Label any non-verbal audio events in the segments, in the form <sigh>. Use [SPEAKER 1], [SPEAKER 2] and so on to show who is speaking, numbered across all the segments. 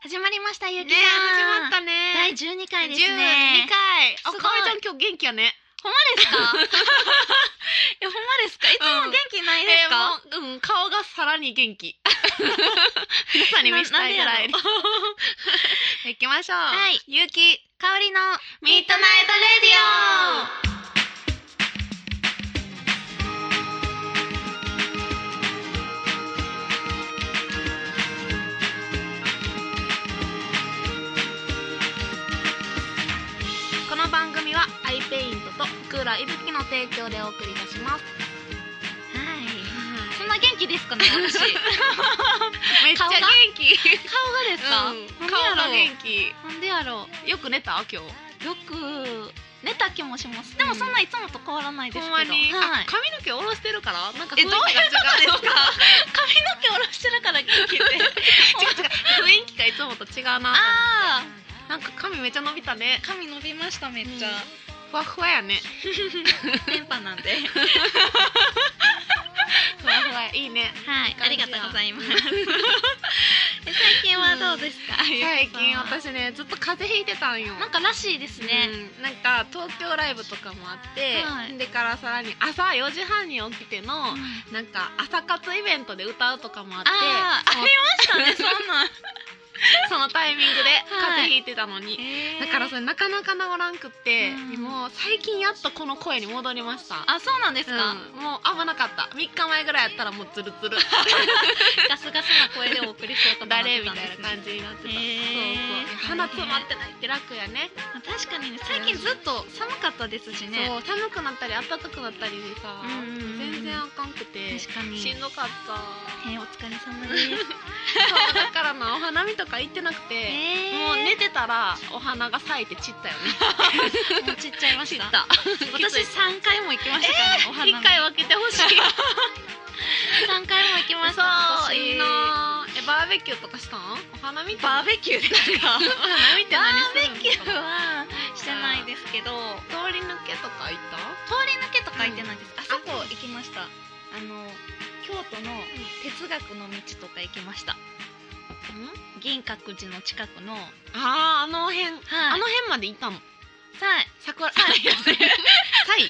[SPEAKER 1] 始まりましたゆうき
[SPEAKER 2] ね
[SPEAKER 1] さん、
[SPEAKER 2] 始まったね。
[SPEAKER 1] 第12回です
[SPEAKER 2] 12
[SPEAKER 1] ね
[SPEAKER 2] 回。あ、
[SPEAKER 1] すごい
[SPEAKER 2] かわいちゃん今日元気やね。
[SPEAKER 1] <laughs> ほんまですか <laughs> いやほんまですかいつも元気ないですか、
[SPEAKER 2] えーもううん、顔がさらに
[SPEAKER 1] <laughs>
[SPEAKER 2] 元気。皆さんに見せたいぐらい。
[SPEAKER 1] な
[SPEAKER 2] <laughs> 行きましょう。
[SPEAKER 1] はい
[SPEAKER 2] ゆうき、
[SPEAKER 1] 香りの
[SPEAKER 2] ミッドナイトレディオこの番組はアイペイントとクーラーいぶきの提供でお送りいたします。
[SPEAKER 1] はいそんな元気ですかね私 <laughs> 顔
[SPEAKER 2] めっちゃ
[SPEAKER 1] 顔が
[SPEAKER 2] 元気。
[SPEAKER 1] がですか、
[SPEAKER 2] うん顔が元気。
[SPEAKER 1] なんでやろ
[SPEAKER 2] よく寝た今日。
[SPEAKER 1] うよく寝た気もしますでもそんないつもと変わらないです
[SPEAKER 2] ほ
[SPEAKER 1] け
[SPEAKER 2] ん
[SPEAKER 1] ど、
[SPEAKER 2] まに、
[SPEAKER 1] は
[SPEAKER 2] あ
[SPEAKER 1] い、
[SPEAKER 2] 髪の毛下ろしてるからなんか
[SPEAKER 1] え
[SPEAKER 2] 雰囲気
[SPEAKER 1] どう
[SPEAKER 2] が
[SPEAKER 1] いう
[SPEAKER 2] 違う
[SPEAKER 1] ことですか <laughs> 髪の毛下ろしてるから元気で
[SPEAKER 2] 違う違う雰囲気がいつもと違うなと思って
[SPEAKER 1] <laughs> ああ
[SPEAKER 2] なんか髪めっちゃ伸びたね
[SPEAKER 1] <laughs> 髪伸びましためっちゃ、
[SPEAKER 2] ふわふわやね
[SPEAKER 1] 電波なんで
[SPEAKER 2] ふわふわ <laughs> いいね
[SPEAKER 1] はいありがとうございます <laughs> え最近はどうですか、
[SPEAKER 2] 最近
[SPEAKER 1] 私
[SPEAKER 2] 私ねずっと風邪ひいてたんよ
[SPEAKER 1] なんからしいですね、
[SPEAKER 2] うんなんか東京ライブとかもあって、
[SPEAKER 1] はい
[SPEAKER 2] でからさらに朝4時半に起きての、
[SPEAKER 1] うん
[SPEAKER 2] なんか朝活イベントで歌うとかもあって
[SPEAKER 1] あーありました <laughs> ねそんなん、
[SPEAKER 2] そのタイミングで風邪ひいてたのに、だからそ
[SPEAKER 1] れ
[SPEAKER 2] れなかなか治らんくって、
[SPEAKER 1] うん
[SPEAKER 2] もう最近やっとこの声に戻りました
[SPEAKER 1] あそうなんですか、
[SPEAKER 2] うんもう危なかった3日前ぐらいやったらもうズルズル
[SPEAKER 1] ガスガスな声でお送りしようと思ってたんです
[SPEAKER 2] 誰み
[SPEAKER 1] ね
[SPEAKER 2] たいな感じになってた、
[SPEAKER 1] へー
[SPEAKER 2] そうそう鼻詰まってないって楽やね
[SPEAKER 1] まあ確かにね最近ずっと寒かったですしね
[SPEAKER 2] そう寒くなったり暖かくなったりでさ、
[SPEAKER 1] うんうんうん
[SPEAKER 2] 全然あかんくて
[SPEAKER 1] 確かに
[SPEAKER 2] しんど
[SPEAKER 1] <laughs>
[SPEAKER 2] かった
[SPEAKER 1] えーお疲れ様 <laughs> です
[SPEAKER 2] そうだからなお花見とか行ってなくて、もう
[SPEAKER 1] え
[SPEAKER 2] 寝てたらお花が咲いて散ったよね
[SPEAKER 1] ー、もうちっちゃいました
[SPEAKER 2] 私
[SPEAKER 1] <laughs> 私三回も行きましたから、ねお花
[SPEAKER 2] <laughs> 一回分けてほしい
[SPEAKER 1] 三回も行きました今
[SPEAKER 2] そう
[SPEAKER 1] 年
[SPEAKER 2] いいなーえバーベキューとかしたんお花見
[SPEAKER 1] バー
[SPEAKER 2] ベ
[SPEAKER 1] ベキューですか
[SPEAKER 2] お花見って何
[SPEAKER 1] バ
[SPEAKER 2] する
[SPEAKER 1] ー
[SPEAKER 2] の
[SPEAKER 1] ベキューはしてないですけど
[SPEAKER 2] 通り抜けとか行った
[SPEAKER 1] 通り抜けとか行ってないです、あそこ行きましたあの京都の哲学の道とか行きました銀閣寺の近くのはい
[SPEAKER 2] あああの辺、あ
[SPEAKER 1] あ
[SPEAKER 2] の辺まで行ったの
[SPEAKER 1] さあ
[SPEAKER 2] 桜
[SPEAKER 1] はい
[SPEAKER 2] <laughs> はい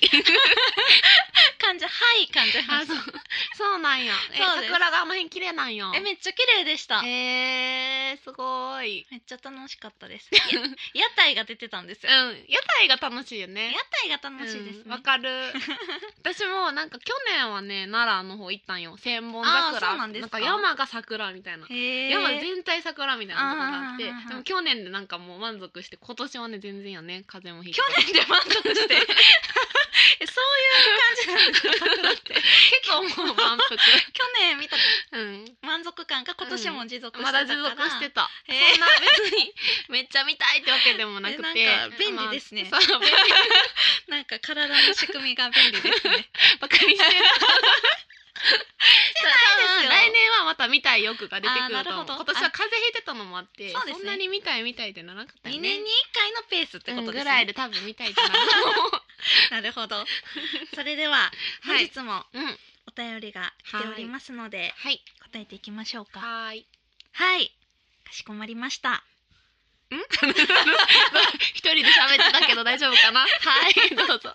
[SPEAKER 1] 感じはい感じ
[SPEAKER 2] あそうそうなんや
[SPEAKER 1] <laughs>
[SPEAKER 2] え
[SPEAKER 1] そうです
[SPEAKER 2] 桜があの辺綺麗なんや
[SPEAKER 1] えめっちゃ綺麗でした
[SPEAKER 2] えー、すごい
[SPEAKER 1] めっちゃ楽しかったですや屋台が出てたんです
[SPEAKER 2] う
[SPEAKER 1] よ
[SPEAKER 2] ん屋台が楽しいよ
[SPEAKER 1] 屋
[SPEAKER 2] ね
[SPEAKER 1] 台が楽しいです
[SPEAKER 2] うん
[SPEAKER 1] ね
[SPEAKER 2] わ、
[SPEAKER 1] <laughs>
[SPEAKER 2] かる私もなんか去年はね奈良の方行ったんよ千本
[SPEAKER 1] あー
[SPEAKER 2] 桜
[SPEAKER 1] そうなんですか
[SPEAKER 2] なんか山が桜みたいな
[SPEAKER 1] へえ
[SPEAKER 2] 山全体桜みたいなのがあって
[SPEAKER 1] あー
[SPEAKER 2] でも去年でなんかもう満足して今年はね全然やね風邪もひいて
[SPEAKER 1] 去年で満足して
[SPEAKER 2] <laughs>
[SPEAKER 1] <laughs> えそういう感じなんですか桜
[SPEAKER 2] <laughs>
[SPEAKER 1] って
[SPEAKER 2] 結構もう満
[SPEAKER 1] 去
[SPEAKER 2] 腹
[SPEAKER 1] 年見た
[SPEAKER 2] うん
[SPEAKER 1] 満足感が今年も持続してた
[SPEAKER 2] ま
[SPEAKER 1] から、
[SPEAKER 2] だ持続してた、
[SPEAKER 1] へー
[SPEAKER 2] そんな別にめっちゃ見たいってわけでもなくて
[SPEAKER 1] えなんか便利ですね
[SPEAKER 2] まあそう便利
[SPEAKER 1] なんか体の仕組みが便利です
[SPEAKER 2] <laughs>
[SPEAKER 1] ね
[SPEAKER 2] ばっかりしてる
[SPEAKER 1] よ
[SPEAKER 2] 多分来年はまた見たい欲が出てくると思
[SPEAKER 1] あーなるほ
[SPEAKER 2] う
[SPEAKER 1] ど
[SPEAKER 2] 今年は風邪ひいてたのもあって
[SPEAKER 1] そうですね
[SPEAKER 2] んなに見たい見たいってならなかったよ
[SPEAKER 1] 2
[SPEAKER 2] ね
[SPEAKER 1] 年に1回のペースってことですね、
[SPEAKER 2] うんぐらいで多分見たいってな <laughs> ると
[SPEAKER 1] なるほど <laughs> それでは本
[SPEAKER 2] はい
[SPEAKER 1] 日も
[SPEAKER 2] 思ううん
[SPEAKER 1] お便りが来ておりますので
[SPEAKER 2] はい
[SPEAKER 1] 答えていきましょうか
[SPEAKER 2] はーい
[SPEAKER 1] はいかしこまりました
[SPEAKER 2] 一人で喋ってたけど大丈夫かな <laughs> はいどうぞ
[SPEAKER 1] では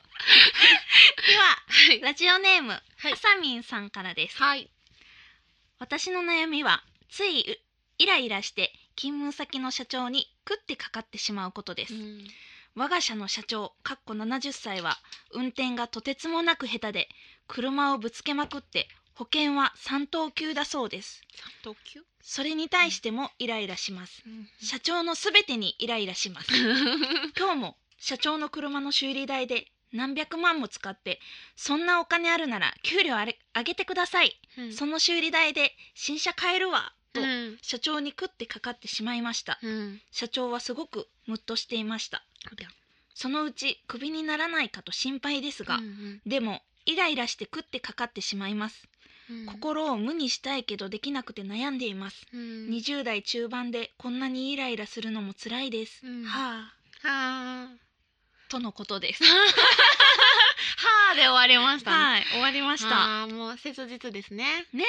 [SPEAKER 2] はい
[SPEAKER 1] ラジオネームあ
[SPEAKER 2] はい
[SPEAKER 1] さみんさんからです
[SPEAKER 2] はい
[SPEAKER 1] 私の悩みはついうイライラして勤務先の社長に食ってかかってしまうことです、我が社の社長かっこ70歳は運転がとてつもなく下手で車をぶつけまくって保険は3等級だそうです
[SPEAKER 2] 特急
[SPEAKER 1] それに対してもイライラします社長のすべてにイライラ
[SPEAKER 2] <laughs>
[SPEAKER 1] します今日も社長の車の修理代で何百万も使ってそんなお金あるなら給料あれ上げてください、
[SPEAKER 2] <laughs>
[SPEAKER 1] その修理代で新車買えるわと、
[SPEAKER 2] うん
[SPEAKER 1] 社長に食ってかかってしまいました
[SPEAKER 2] うん
[SPEAKER 1] 社長はすごくムッとしていました
[SPEAKER 2] ありゃ
[SPEAKER 1] そのうちクビにならないかと心配ですが、
[SPEAKER 2] うんうん
[SPEAKER 1] でもイライラして食ってかかってしまいます、
[SPEAKER 2] うん
[SPEAKER 1] 心を無にしたいけどできなくて悩んでいます、
[SPEAKER 2] うん
[SPEAKER 1] 20代中盤でこんなにイライラするのも辛いです、
[SPEAKER 2] うん
[SPEAKER 1] はあ
[SPEAKER 2] はあ
[SPEAKER 1] とのことです
[SPEAKER 2] はーで終わりました
[SPEAKER 1] <laughs>
[SPEAKER 2] ね。
[SPEAKER 1] はい終わりました
[SPEAKER 2] あーもう切実ですね。
[SPEAKER 1] ね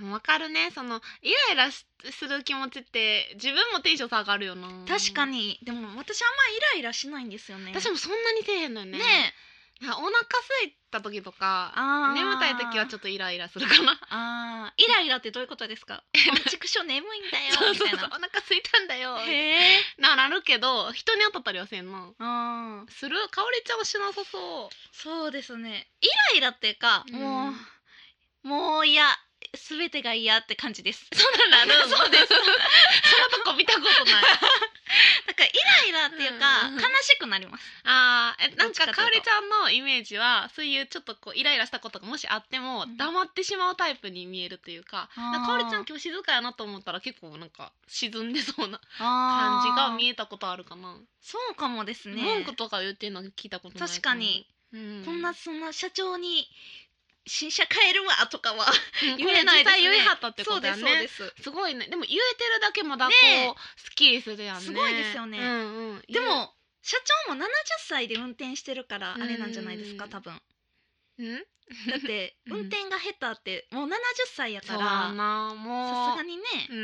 [SPEAKER 2] わかるね。そのイライラしする気持ちって自分もテンション下がるよな。
[SPEAKER 1] え確か
[SPEAKER 2] に。
[SPEAKER 1] にでも私あんまイライラしないんですよね
[SPEAKER 2] 私もそんなにせえへんのよね。
[SPEAKER 1] ね
[SPEAKER 2] なんかお腹空いた時とか、
[SPEAKER 1] あー
[SPEAKER 2] 眠たい時はちょっとイライラするかな。
[SPEAKER 1] あーイライラってどういうことです <laughs> かこの畜生眠いんだ
[SPEAKER 2] そ
[SPEAKER 1] よ
[SPEAKER 2] う
[SPEAKER 1] み
[SPEAKER 2] そう
[SPEAKER 1] たい
[SPEAKER 2] そう。お
[SPEAKER 1] な
[SPEAKER 2] 腹空いたんだよ。
[SPEAKER 1] へえ
[SPEAKER 2] ななるけど人に当たったりはせんの。
[SPEAKER 1] あー
[SPEAKER 2] するかおりちゃんはしなさそう。
[SPEAKER 1] そうですねイライラっていうか、
[SPEAKER 2] うん
[SPEAKER 1] もうもう嫌すべてが嫌って感じです
[SPEAKER 2] そうなる。 <laughs> そうです。そんなとこ見たことない。
[SPEAKER 1] <laughs> だからイライラっていうか、
[SPEAKER 2] うんうんうん
[SPEAKER 1] 悲しくなります
[SPEAKER 2] あーえなん
[SPEAKER 1] どっちか
[SPEAKER 2] か
[SPEAKER 1] というと
[SPEAKER 2] かおりちゃんのイメージはそういうちょっとこうイライラしたことがもしあっても
[SPEAKER 1] うん
[SPEAKER 2] 黙ってしまうタイプに見えるというか
[SPEAKER 1] あー
[SPEAKER 2] なんかかおりちゃん今日静かやなと思ったら結構なんか沈んでそうな
[SPEAKER 1] 感
[SPEAKER 2] 感じが見
[SPEAKER 1] え
[SPEAKER 2] えたことあるかな、
[SPEAKER 1] そうかもですね
[SPEAKER 2] 文句とか言ってんの聞いたことない
[SPEAKER 1] 確かに、
[SPEAKER 2] うん
[SPEAKER 1] こんなそんな社長に新車変えるわとかは
[SPEAKER 2] うん
[SPEAKER 1] 言えないですね
[SPEAKER 2] これ実際言えはったってことだね
[SPEAKER 1] そうですそうです
[SPEAKER 2] ごいねでも言えてるだけまだこ
[SPEAKER 1] ねえ
[SPEAKER 2] うすっきりするやんね
[SPEAKER 1] すごいですよね
[SPEAKER 2] うんうん、
[SPEAKER 1] すでも社長も70歳で運転してるからあれなんじゃないですか
[SPEAKER 2] うん
[SPEAKER 1] 多分
[SPEAKER 2] うん
[SPEAKER 1] だって
[SPEAKER 2] うん
[SPEAKER 1] 運転が下手ってもう70歳や
[SPEAKER 2] そ
[SPEAKER 1] か
[SPEAKER 2] う
[SPEAKER 1] ら
[SPEAKER 2] やなもう
[SPEAKER 1] さすがに
[SPEAKER 2] に
[SPEAKER 1] ね、
[SPEAKER 2] う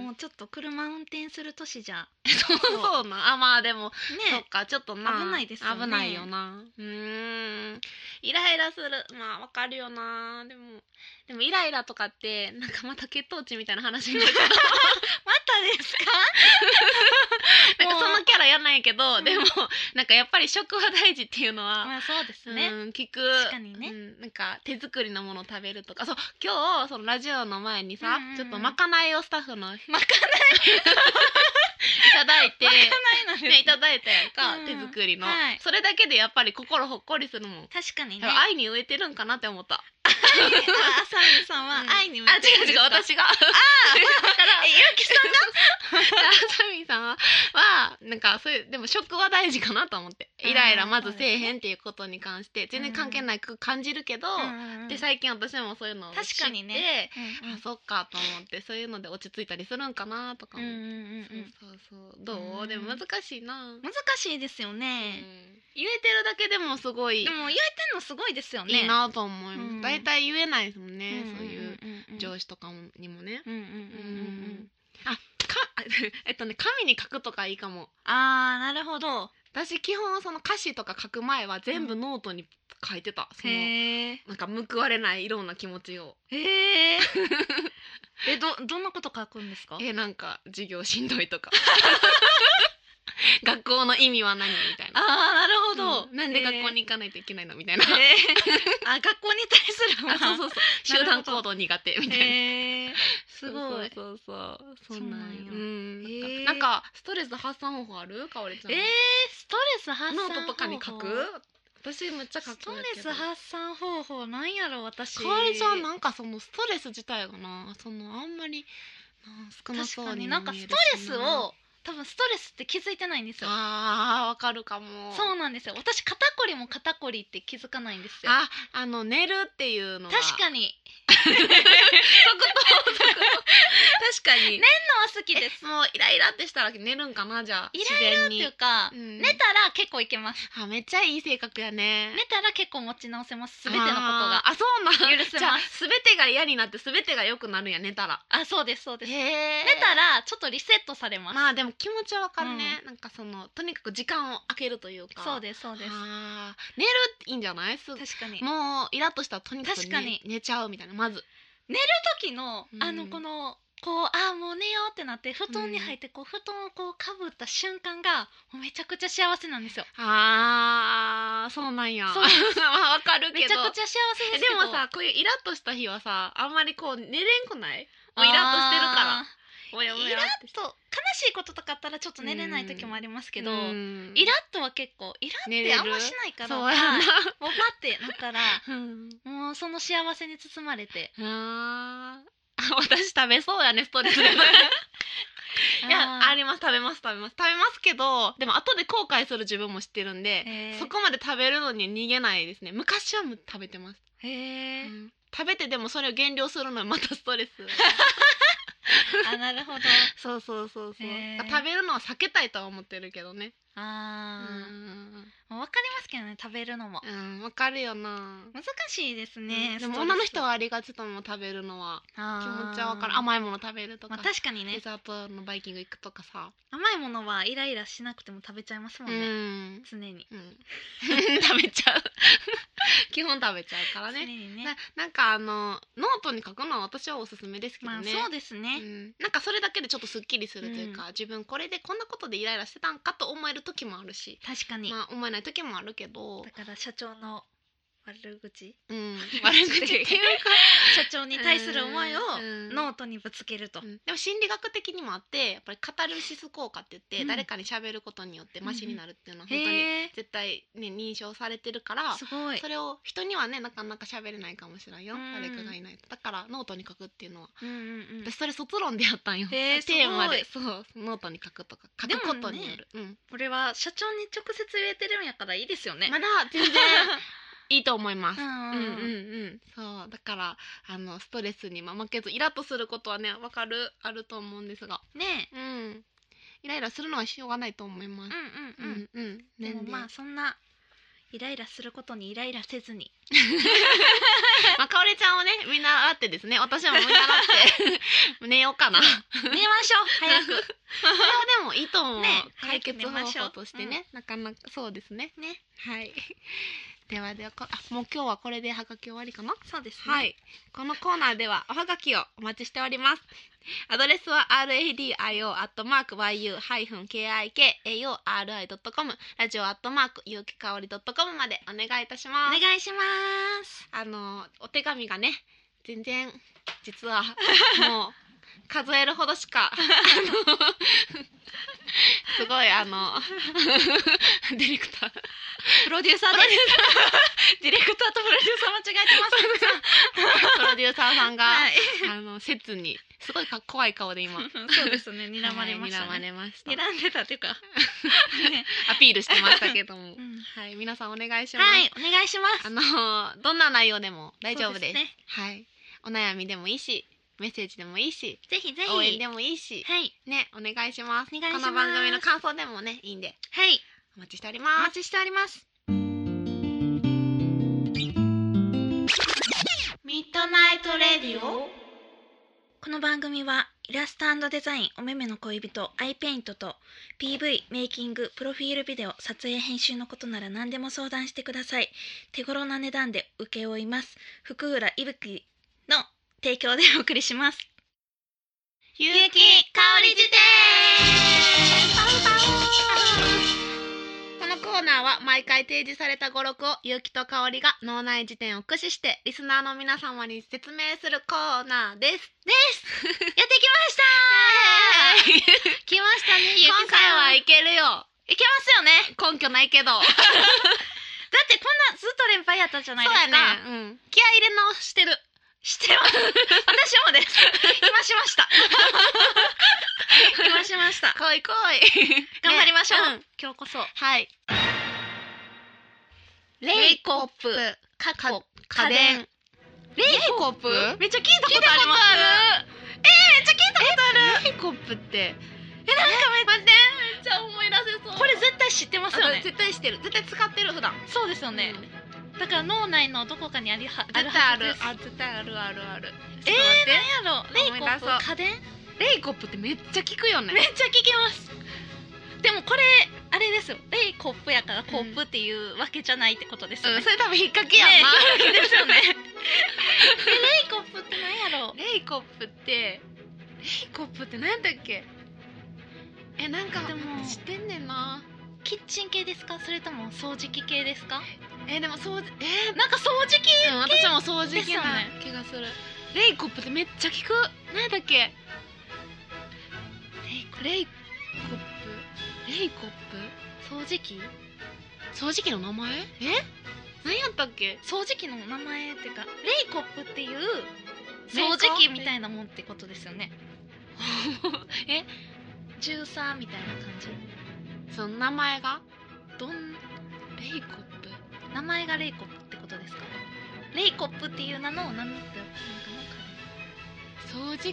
[SPEAKER 2] ん
[SPEAKER 1] もうちょっと車運転する年じゃ <laughs>
[SPEAKER 2] そう <laughs> そうなあまあでもそ
[SPEAKER 1] ね
[SPEAKER 2] っかちょっとな
[SPEAKER 1] 危ないですよね
[SPEAKER 2] 危ないよなうーんイライラするまあわかるよなでもでもイライラとかってなんかまた血糖値みたいな話にな
[SPEAKER 1] <laughs>
[SPEAKER 2] るけど
[SPEAKER 1] またです
[SPEAKER 2] <laughs>
[SPEAKER 1] か
[SPEAKER 2] なんかそのキャラやないけど
[SPEAKER 1] ん
[SPEAKER 2] でもなんかやっぱり食は大事っていうのは、
[SPEAKER 1] まあそうですね、
[SPEAKER 2] うん聞く
[SPEAKER 1] 確かにね
[SPEAKER 2] うん、なんか手作りのものを食べるとかそう今日そのラジオの前にさ、
[SPEAKER 1] うんうんうん
[SPEAKER 2] ちょっとまかないをスタッ
[SPEAKER 1] <laughs>
[SPEAKER 2] フのい
[SPEAKER 1] まか
[SPEAKER 2] ただいて
[SPEAKER 1] まかないなんです、
[SPEAKER 2] ね、いただいたやんか、
[SPEAKER 1] うん
[SPEAKER 2] 手作りの、
[SPEAKER 1] はい
[SPEAKER 2] それだけでやっぱり心ほっこりするもん、
[SPEAKER 1] 確かにね
[SPEAKER 2] 愛に飢えてるんかなって思った
[SPEAKER 1] <laughs> あ浅見さんは
[SPEAKER 2] うん
[SPEAKER 1] 愛に向
[SPEAKER 2] あ
[SPEAKER 1] いてるん
[SPEAKER 2] 違う
[SPEAKER 1] です
[SPEAKER 2] 違
[SPEAKER 1] <laughs>
[SPEAKER 2] う
[SPEAKER 1] か
[SPEAKER 2] 私が
[SPEAKER 1] えゆうきさん
[SPEAKER 2] あサミーさんははなんかそういうでも食は大事かなと思ってイライラまずせえへんっていうことに関して全然関係なく感じるけど、
[SPEAKER 1] が
[SPEAKER 2] で最近私もそういうのを知って
[SPEAKER 1] 確かにねうんうん
[SPEAKER 2] あそっかと思ってそういうので落ち着いたりするんかなとか
[SPEAKER 1] うん
[SPEAKER 2] も、
[SPEAKER 1] うんうんうん
[SPEAKER 2] そうそうそうどう、
[SPEAKER 1] うん
[SPEAKER 2] でも難しいな、
[SPEAKER 1] 難しいですよ
[SPEAKER 2] うん
[SPEAKER 1] ね、
[SPEAKER 2] 言えてるだけでもすごい
[SPEAKER 1] でも言えてんのすごいですよね
[SPEAKER 2] いいなと思います、
[SPEAKER 1] うん
[SPEAKER 2] 大体言えないですもん
[SPEAKER 1] う
[SPEAKER 2] ね、
[SPEAKER 1] んん
[SPEAKER 2] そういうん
[SPEAKER 1] うん
[SPEAKER 2] 上司とかもにもね、
[SPEAKER 1] うんうんうんうんうん
[SPEAKER 2] あか <laughs> えっとね紙に書くとかいいかも
[SPEAKER 1] あーなるほど
[SPEAKER 2] 私基本その歌詞とか書く前は全部ノートに書いてた、その
[SPEAKER 1] へ
[SPEAKER 2] <laughs>
[SPEAKER 1] え
[SPEAKER 2] なんか報われないいろんな気持ちを
[SPEAKER 1] へええどどんなこと書くんですか
[SPEAKER 2] えなんか授業しんどい <laughs> とか学校の意味は何みたいな
[SPEAKER 1] あーなるほど、
[SPEAKER 2] うんなんで学校
[SPEAKER 1] へ
[SPEAKER 2] に行かないといけないのみた
[SPEAKER 1] <laughs>
[SPEAKER 2] いな、
[SPEAKER 1] ーへー <laughs> あ学校に対する
[SPEAKER 2] あそう
[SPEAKER 1] う
[SPEAKER 2] そうそう <laughs> 集
[SPEAKER 1] なるほ
[SPEAKER 2] 団
[SPEAKER 1] ど
[SPEAKER 2] 行動苦手みたい
[SPEAKER 1] <laughs>
[SPEAKER 2] な、
[SPEAKER 1] へえすごい
[SPEAKER 2] そうそうそうそう
[SPEAKER 1] そうなんや
[SPEAKER 2] うん
[SPEAKER 1] へー
[SPEAKER 2] なんかストレス発散方法あるかおりちゃん
[SPEAKER 1] えー、ストレス発
[SPEAKER 2] ノ
[SPEAKER 1] 散
[SPEAKER 2] ートとかに書く
[SPEAKER 1] 方法
[SPEAKER 2] 私めっちゃ書く
[SPEAKER 1] ストレス発散方法なんやろ私
[SPEAKER 2] かおりちゃんなんかそのストレス自体がなそのあんまりなん少な
[SPEAKER 1] 確
[SPEAKER 2] そう
[SPEAKER 1] か
[SPEAKER 2] に
[SPEAKER 1] に
[SPEAKER 2] も
[SPEAKER 1] なんか
[SPEAKER 2] 見え
[SPEAKER 1] ス
[SPEAKER 2] るし
[SPEAKER 1] トレスを多分ストレスって気づいてないんですよ
[SPEAKER 2] あーわかるかも
[SPEAKER 1] そうなんですよ私肩こりも肩こりって気づかないんですよ
[SPEAKER 2] ああの寝るっていうのが
[SPEAKER 1] 確かに
[SPEAKER 2] 確かに
[SPEAKER 1] <laughs> 寝るのは好きです
[SPEAKER 2] えもうイライラってしたら寝るんかなじゃあ
[SPEAKER 1] イライラって
[SPEAKER 2] 自然に
[SPEAKER 1] いうか、
[SPEAKER 2] うん
[SPEAKER 1] 寝たら結構いけます
[SPEAKER 2] あめっちゃいい性格やね
[SPEAKER 1] 寝たら結構持ち直せますすべてのことが
[SPEAKER 2] あーあそうなん
[SPEAKER 1] 許せます
[SPEAKER 2] じゃあすべてが嫌になってすべてが良くなるんや寝たら
[SPEAKER 1] あそうですそうです寝
[SPEAKER 2] へえ
[SPEAKER 1] たらちょっとリセットされます、
[SPEAKER 2] まあでも気持ちはわかるね、なんかそのとにかく時間を空けるというか
[SPEAKER 1] そうですそうです
[SPEAKER 2] あー寝るっていいんじゃないすぐ
[SPEAKER 1] 確かに
[SPEAKER 2] もうイラッとしたらとにかく
[SPEAKER 1] 確かに
[SPEAKER 2] 寝寝ちゃうみたいなまず
[SPEAKER 1] 時の
[SPEAKER 2] うん
[SPEAKER 1] あのこのこうあーもう寝ようってなって布団に入ってこう布団をこうかぶった瞬間がもうめちゃくちゃ幸せなんですよ
[SPEAKER 2] あーそう <laughs> なんや
[SPEAKER 1] そうで
[SPEAKER 2] まあわかるけ
[SPEAKER 1] め
[SPEAKER 2] ど
[SPEAKER 1] ちゃくちゃ幸せで
[SPEAKER 2] え
[SPEAKER 1] すけ
[SPEAKER 2] で
[SPEAKER 1] ど
[SPEAKER 2] もさこういうイラッとした日はさあんまりこう寝れんくない
[SPEAKER 1] あ
[SPEAKER 2] もう
[SPEAKER 1] ー
[SPEAKER 2] イラッとしてるからもやも
[SPEAKER 1] イ
[SPEAKER 2] や
[SPEAKER 1] ラッ
[SPEAKER 2] って
[SPEAKER 1] と悲しいこととかあったらちょっと寝れない時もありますけど、
[SPEAKER 2] うん
[SPEAKER 1] イラッとは結構イラ
[SPEAKER 2] 寝
[SPEAKER 1] っ
[SPEAKER 2] れ
[SPEAKER 1] て
[SPEAKER 2] る
[SPEAKER 1] あんましないから
[SPEAKER 2] そうや
[SPEAKER 1] はい
[SPEAKER 2] な、
[SPEAKER 1] もうパってなったら <laughs>
[SPEAKER 2] うん
[SPEAKER 1] もうその幸せに包まれて
[SPEAKER 2] あー <laughs> 私食べそうやねスト
[SPEAKER 1] <laughs>
[SPEAKER 2] レスでい
[SPEAKER 1] い
[SPEAKER 2] やあります食べます食べます食べますけどでも後で後悔する自分も知ってるんで、
[SPEAKER 1] へー
[SPEAKER 2] そこまで食べるのに逃げないですね昔はもう食べてます、
[SPEAKER 1] へえ、
[SPEAKER 2] うん食べてでもそれを減量するのはまたストレス
[SPEAKER 1] あなるほど
[SPEAKER 2] <laughs> そうそうそうそう
[SPEAKER 1] へー
[SPEAKER 2] 食べるのは避けたいとは思ってるけどね
[SPEAKER 1] あー、
[SPEAKER 2] うん
[SPEAKER 1] まあわかりますけどね食べるのも
[SPEAKER 2] うんわかるよな、
[SPEAKER 1] 難しいですね、
[SPEAKER 2] でも女の人
[SPEAKER 1] は
[SPEAKER 2] はありがちとも食べるのは
[SPEAKER 1] 気
[SPEAKER 2] 気持ちはわかる甘いもの食べるとか、
[SPEAKER 1] まあ、確かにね
[SPEAKER 2] デザートのバイキング行くとかさ、
[SPEAKER 1] 甘いものはイライラしなくても食べちゃいますもん
[SPEAKER 2] う
[SPEAKER 1] ね、
[SPEAKER 2] ん
[SPEAKER 1] 常に、
[SPEAKER 2] うん <laughs> 食べちゃう <laughs> 基本食べちゃうから
[SPEAKER 1] 常
[SPEAKER 2] ね
[SPEAKER 1] にね
[SPEAKER 2] ななんかあのノートに書くのは私はおすすめですけど
[SPEAKER 1] まあ
[SPEAKER 2] ね、
[SPEAKER 1] そうですね、
[SPEAKER 2] うん、なんかそれだけでちょっとすっきりするというか、自分これでこんなことでイライラしてたんかと思える時もあるし、
[SPEAKER 1] 確かに、
[SPEAKER 2] まあ、思えない時もあるけど
[SPEAKER 1] だ、から社長の悪口
[SPEAKER 2] <laughs> うん、悪口っていうか
[SPEAKER 1] 社長に対する思いを
[SPEAKER 2] うん
[SPEAKER 1] ノートにぶつけると、
[SPEAKER 2] うんでも心理学的にもあってやっぱりカタルシス効果って言って、
[SPEAKER 1] うん
[SPEAKER 2] 誰かに喋ることによってマシになるっていうのは本当に
[SPEAKER 1] へえ
[SPEAKER 2] 絶対、ね、認証されてるから
[SPEAKER 1] すごい
[SPEAKER 2] それを人にはねなかなか喋れないかもしれないよ、
[SPEAKER 1] うん
[SPEAKER 2] 誰かがいないとだからノートに書くっていうのは
[SPEAKER 1] うんうんうん
[SPEAKER 2] 私それ卒論でやったんよ、
[SPEAKER 1] へえすごい
[SPEAKER 2] <laughs> テーマでそうノートに書くとか書くことによる、うん
[SPEAKER 1] これは社長に直接言えてるんやからいいですよね、<laughs>
[SPEAKER 2] まだ全然いいと思います
[SPEAKER 1] うん
[SPEAKER 2] うん
[SPEAKER 1] う
[SPEAKER 2] うん
[SPEAKER 1] う
[SPEAKER 2] ん
[SPEAKER 1] ん
[SPEAKER 2] うん、そうだからあのストレスにまあ負けずイラッとすることはねわかるあると思うんですが、
[SPEAKER 1] ね
[SPEAKER 2] うん、イライラするのはしょうがないと思いま
[SPEAKER 1] え
[SPEAKER 2] す。
[SPEAKER 1] うんうんうん、
[SPEAKER 2] うんうん、
[SPEAKER 1] でも
[SPEAKER 2] 全然
[SPEAKER 1] まあそんなイライラすることにイライラせず <laughs> に
[SPEAKER 2] まあかおりちゃんをね見習ってですね私も見習って
[SPEAKER 1] <laughs>
[SPEAKER 2] <laughs> 寝ようかな。
[SPEAKER 1] 寝ましょう早く <laughs>
[SPEAKER 2] それはでもいいと思う、
[SPEAKER 1] ね
[SPEAKER 2] 解決
[SPEAKER 1] 早く寝ましょ
[SPEAKER 2] 方
[SPEAKER 1] う
[SPEAKER 2] 法としてね、なかなかそうですね。
[SPEAKER 1] ね
[SPEAKER 2] はい。 <laughs> ではではこあもう今日はこれでハガキ終わりかな。
[SPEAKER 1] そうですね、
[SPEAKER 2] はい。このコーナーではおはがきをお待ちしております。アドレスは radio.yu-kikaori.com ラジオ .yukikaori.com までお願いいたし
[SPEAKER 1] お
[SPEAKER 2] ます。
[SPEAKER 1] 願いします
[SPEAKER 2] あの、お手紙がね、全然、実
[SPEAKER 1] <laughs>
[SPEAKER 2] は、もう、数えるほどしか、あの、 <laughs> すごいあの、 <laughs> ディレク
[SPEAKER 1] <laughs>
[SPEAKER 2] ター。
[SPEAKER 1] プロデューサーです <laughs> ディレクターとプロデューサー間違えてます
[SPEAKER 2] プロデューサーさんが、
[SPEAKER 1] はい
[SPEAKER 2] <laughs> あの、切に、すごいか怖い顔で今、
[SPEAKER 1] そうですね睨まれましたね、
[SPEAKER 2] はい睨まれました
[SPEAKER 1] 睨んでたっていうか、ね
[SPEAKER 2] アピールしてましたけども、
[SPEAKER 1] うん
[SPEAKER 2] はい、皆さんお願いします。
[SPEAKER 1] はいお願いします
[SPEAKER 2] あのーどんな内容でも大丈夫で
[SPEAKER 1] そ
[SPEAKER 2] す。
[SPEAKER 1] うですね
[SPEAKER 2] はい、お悩みでもいいし、メッセージでもいいし、
[SPEAKER 1] ぜひぜひ
[SPEAKER 2] 応援でもいいし、
[SPEAKER 1] はい
[SPEAKER 2] ね、お願いします。
[SPEAKER 1] お願いします
[SPEAKER 2] この番組の感想でもね、いいんで、
[SPEAKER 1] はい
[SPEAKER 2] お待ちしており
[SPEAKER 1] お
[SPEAKER 2] ま
[SPEAKER 1] 待
[SPEAKER 2] す。
[SPEAKER 1] ちしております
[SPEAKER 2] ミッドナイトレディオ。
[SPEAKER 1] この番組はイラストデザインおめめの恋人アイペイントと PV メイキングプロフィールビデオ撮影編集のことなら何でも相談してください手頃な値段で請け負います福浦いぶきの提供でお送りします
[SPEAKER 2] ゆ
[SPEAKER 1] うきかおり辞典
[SPEAKER 2] このコーナーは毎回提示された語録をゆうきとかおりが脳内辞典を駆使してリスナーの皆様に説明するコーナーです。です。
[SPEAKER 1] やってきました <laughs> 来ましたねゆきさん
[SPEAKER 2] 今回はい
[SPEAKER 1] い
[SPEAKER 2] けるよ。
[SPEAKER 1] けますよね
[SPEAKER 2] 根拠ないけ <laughs> ど。
[SPEAKER 1] だってこんなずっと連敗やったじゃないですか
[SPEAKER 2] そうやね。うん。気合い入れ直してる。
[SPEAKER 1] してます私もです今しました <laughs> 今しました
[SPEAKER 2] 来い来い。
[SPEAKER 1] <laughs> 頑張りましょう、
[SPEAKER 2] ねん
[SPEAKER 1] 今日こそ
[SPEAKER 2] はい。レイコップ。かっこ家電。レイコップ
[SPEAKER 1] めっちゃ聞いた
[SPEAKER 2] 聞い
[SPEAKER 1] こ
[SPEAKER 2] た
[SPEAKER 1] とあ
[SPEAKER 2] こ
[SPEAKER 1] り
[SPEAKER 2] と
[SPEAKER 1] ます
[SPEAKER 2] ある。
[SPEAKER 1] めっちゃ聞いたことある
[SPEAKER 2] レイコップって。
[SPEAKER 1] えなんかめっ
[SPEAKER 2] 待って、めっちゃ思い出せそう。
[SPEAKER 1] これ絶対知ってますよ
[SPEAKER 2] あ
[SPEAKER 1] ね
[SPEAKER 2] 絶対してる。絶対使ってる普段。
[SPEAKER 1] そうですよね、
[SPEAKER 2] うん
[SPEAKER 1] だから脳内のどこかにありは
[SPEAKER 2] 絶対あ
[SPEAKER 1] はず
[SPEAKER 2] る
[SPEAKER 1] です。
[SPEAKER 2] あ、絶対あるあるある。
[SPEAKER 1] えー
[SPEAKER 2] ちょっと待って
[SPEAKER 1] なんやろレイコップ
[SPEAKER 2] 思い出そ
[SPEAKER 1] 家電
[SPEAKER 2] レイコップってめっちゃ効くよね
[SPEAKER 1] め。っちゃ聞きますでもこれあれですよレイコップやからコップっていうわけじゃないってことですよ
[SPEAKER 2] う
[SPEAKER 1] ね、
[SPEAKER 2] ん、それ多分引っ掛けやんな。
[SPEAKER 1] ね <laughs>
[SPEAKER 2] <laughs>
[SPEAKER 1] えですよねえレイコップってなんやろ
[SPEAKER 2] レイコップってレイコップって何だっけえなんか
[SPEAKER 1] でも
[SPEAKER 2] 知ってんねんな
[SPEAKER 1] キッチン系ですかそれとも掃除機系ですか
[SPEAKER 2] えでも掃除え
[SPEAKER 1] なんか掃除機
[SPEAKER 2] ー、うん、私も掃除
[SPEAKER 1] です
[SPEAKER 2] 機
[SPEAKER 1] よ
[SPEAKER 2] な
[SPEAKER 1] ね
[SPEAKER 2] 気がするレイコップってめっちゃ効く何だっけレイコップレイコッ
[SPEAKER 1] 掃除機
[SPEAKER 2] プ掃除機の名前え何やったっけ
[SPEAKER 1] 掃除機の名前っていうかレイコップっていう
[SPEAKER 2] メー
[SPEAKER 1] 掃
[SPEAKER 2] カー
[SPEAKER 1] 除機みたいなもんってことですよね <laughs>
[SPEAKER 2] え
[SPEAKER 1] ジューサーみたいな感じ
[SPEAKER 2] その名前が
[SPEAKER 1] どん
[SPEAKER 2] レイコップ
[SPEAKER 1] 名前がレイコップってことですかレイコップっていう名の何だったなんか
[SPEAKER 2] 掃除機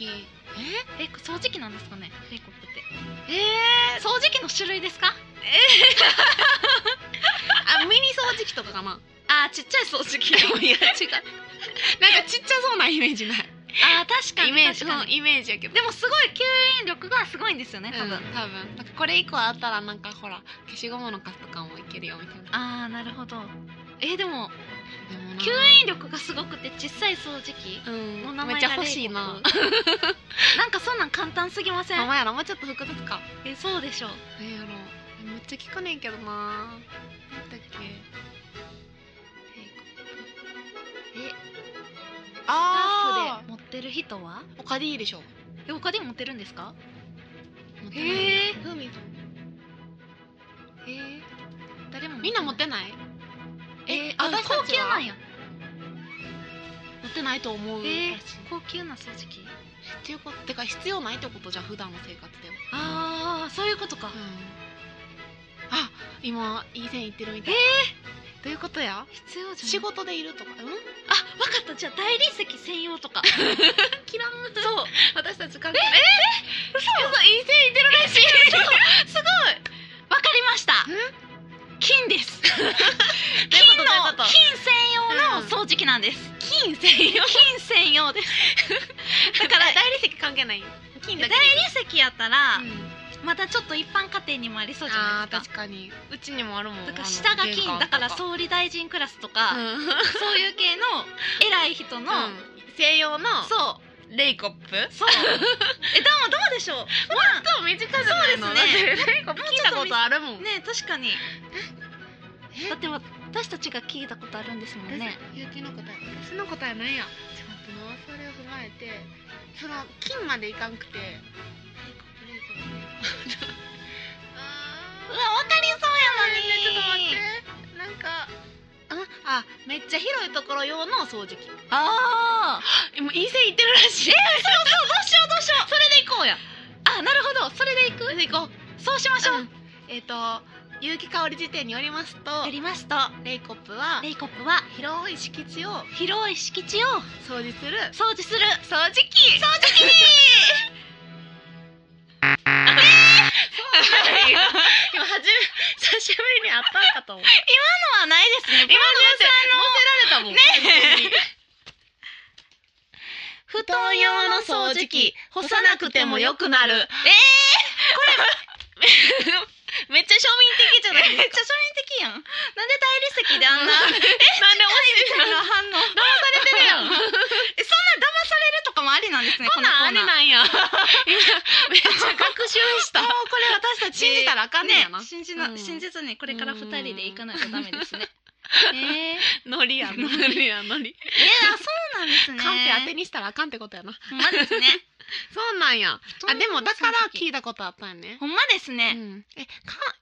[SPEAKER 1] なんかねレイコ掃除機なんですかねレイコップって
[SPEAKER 2] ええ
[SPEAKER 1] 掃除機の種類ですか
[SPEAKER 2] あミニ掃除機とかかな
[SPEAKER 1] <laughs> あーちっちゃい掃除機
[SPEAKER 2] いや違うなんかちっちゃそうなイメージない
[SPEAKER 1] あー確 <laughs> かに
[SPEAKER 2] イメージ
[SPEAKER 1] 確か
[SPEAKER 2] の
[SPEAKER 1] に
[SPEAKER 2] イメージやけど
[SPEAKER 1] でもすごい吸引力がすごいんですよね多分、
[SPEAKER 2] うん多分なんかこれ以降あったらなんかほら消しゴムの数とかもいけるよみたいな
[SPEAKER 1] ああなるほどえーでも
[SPEAKER 2] でもな
[SPEAKER 1] 吸引力がすごくて小さい掃除機
[SPEAKER 2] う
[SPEAKER 1] の
[SPEAKER 2] ん
[SPEAKER 1] 名
[SPEAKER 2] めっ
[SPEAKER 1] 前
[SPEAKER 2] ち
[SPEAKER 1] が
[SPEAKER 2] ゃ欲し
[SPEAKER 1] <laughs> レイ
[SPEAKER 2] い
[SPEAKER 1] コ
[SPEAKER 2] な
[SPEAKER 1] クなんかそんなん簡単すぎません
[SPEAKER 2] 名前やろもうちょっと複雑か
[SPEAKER 1] えそうでしょう
[SPEAKER 2] なんやろめっちゃ聞かねえけどななんだっけ
[SPEAKER 1] えスタッ
[SPEAKER 2] あ
[SPEAKER 1] フで持ってる人は
[SPEAKER 2] おかでいいでしょ
[SPEAKER 1] え他でも持ってるんですか
[SPEAKER 2] え
[SPEAKER 1] え
[SPEAKER 2] ふみさ
[SPEAKER 1] え
[SPEAKER 2] ん
[SPEAKER 1] ー誰も
[SPEAKER 2] みんな持ってない
[SPEAKER 1] え
[SPEAKER 2] え
[SPEAKER 1] ー、あ
[SPEAKER 2] 私たちは
[SPEAKER 1] 高級なんや
[SPEAKER 2] 持ってないと思うらしい、
[SPEAKER 1] えー
[SPEAKER 2] っ
[SPEAKER 1] 高級な掃除機
[SPEAKER 2] ていうことてか必要ないってことじゃん普段の生活では
[SPEAKER 1] ああそういうことか
[SPEAKER 2] あ今いい線いってるみたいえどういうことや
[SPEAKER 1] 必要じゃん
[SPEAKER 2] 仕事でいるとかうん
[SPEAKER 1] あわかったじゃあ大理石専用と <laughs> か
[SPEAKER 2] キラン
[SPEAKER 1] そう
[SPEAKER 2] 私たち関
[SPEAKER 1] え
[SPEAKER 2] 係
[SPEAKER 1] 嘘いい線いってるら <laughs> しいすごいわかりました金です
[SPEAKER 2] <laughs>
[SPEAKER 1] 金の
[SPEAKER 2] どういうこと
[SPEAKER 1] 金専用の掃除機なんです、金専用金専用です
[SPEAKER 2] <laughs>
[SPEAKER 1] だから
[SPEAKER 2] 大理石関係ない金
[SPEAKER 1] 大
[SPEAKER 2] だ
[SPEAKER 1] 理
[SPEAKER 2] け
[SPEAKER 1] 石やったら、
[SPEAKER 2] うん
[SPEAKER 1] またちょっと一般家庭にもありそうじゃな
[SPEAKER 2] あ
[SPEAKER 1] い
[SPEAKER 2] ー
[SPEAKER 1] ですか
[SPEAKER 2] 確かにうちにもあるもん
[SPEAKER 1] だから下が
[SPEAKER 2] あ
[SPEAKER 1] 金
[SPEAKER 2] の
[SPEAKER 1] だから
[SPEAKER 2] 玄関と
[SPEAKER 1] 総理大臣クラスとか、
[SPEAKER 2] うん
[SPEAKER 1] そういう系の偉い人の、
[SPEAKER 2] うん西洋の
[SPEAKER 1] そう
[SPEAKER 2] レイコップ <laughs>
[SPEAKER 1] そうえどうどうでしょう
[SPEAKER 2] と身近じゃないの
[SPEAKER 1] そうですね
[SPEAKER 2] だってレイコップ
[SPEAKER 1] <laughs> もう
[SPEAKER 2] 聞
[SPEAKER 1] ち
[SPEAKER 2] い
[SPEAKER 1] ょったと
[SPEAKER 2] ことあるもん
[SPEAKER 1] ね確かに
[SPEAKER 2] え
[SPEAKER 1] だって私たちが聞いたことあるんですもんね
[SPEAKER 2] 私結城の答え私の答えなんやちょっと待ってなそれを踏まえてその金までいかんくてレイコップレイコップレイコッ
[SPEAKER 1] う
[SPEAKER 2] プあー
[SPEAKER 1] わわかりそう
[SPEAKER 2] ちょ
[SPEAKER 1] や
[SPEAKER 2] っと
[SPEAKER 1] の
[SPEAKER 2] 待
[SPEAKER 1] に、
[SPEAKER 2] ってなんかああめっちゃ広いところ用の掃除機
[SPEAKER 1] ああ
[SPEAKER 2] えもういい線いってるらし
[SPEAKER 1] どうし
[SPEAKER 2] い
[SPEAKER 1] ようどうしよう
[SPEAKER 2] それで行こうや
[SPEAKER 1] あなるほどそれでいく
[SPEAKER 2] それで行こう
[SPEAKER 1] そうしましょう、
[SPEAKER 2] うんえっ、と有機香り辞典によりますと
[SPEAKER 1] やりますと
[SPEAKER 2] レイコップは
[SPEAKER 1] レイコップは
[SPEAKER 2] 広い敷地を
[SPEAKER 1] 広い敷地を
[SPEAKER 2] 掃除する
[SPEAKER 1] 掃除する
[SPEAKER 2] 掃除機
[SPEAKER 1] 掃除 <laughs> 機
[SPEAKER 2] <laughs> 今初め久しぶりにあったんかと思う
[SPEAKER 1] 今のはないですね
[SPEAKER 2] 今の乗せられたもんね
[SPEAKER 1] 布団用の掃除機干さなくてもよくなるえー、 <laughs> これめっちゃ庶民的じゃないめっちゃ庶民的やんなんで大理石であん <laughs> な
[SPEAKER 2] なんで
[SPEAKER 1] 大理石の
[SPEAKER 2] 落ち
[SPEAKER 1] 反応
[SPEAKER 2] 騙されてるやん
[SPEAKER 1] えそんな騙されるとかもありなんですね
[SPEAKER 2] こんなんあり
[SPEAKER 1] ん
[SPEAKER 2] なんや今めっちゃ
[SPEAKER 1] <laughs>
[SPEAKER 2] 学習した
[SPEAKER 1] もうこれ私 <laughs> たち
[SPEAKER 2] 信じたらあかんねやな
[SPEAKER 1] ね信じな、
[SPEAKER 2] うん
[SPEAKER 1] 信じずにこれから二人で行かないとダメですねえー、え
[SPEAKER 2] ノリやんノリやんノリ
[SPEAKER 1] あそうなんですね
[SPEAKER 2] カンペ当てにしたらあかんってことやな
[SPEAKER 1] ほんまですね
[SPEAKER 2] そうなんやあでもだから聞いたことあったんやね
[SPEAKER 1] ほんまです
[SPEAKER 2] う
[SPEAKER 1] ね、
[SPEAKER 2] ん、えか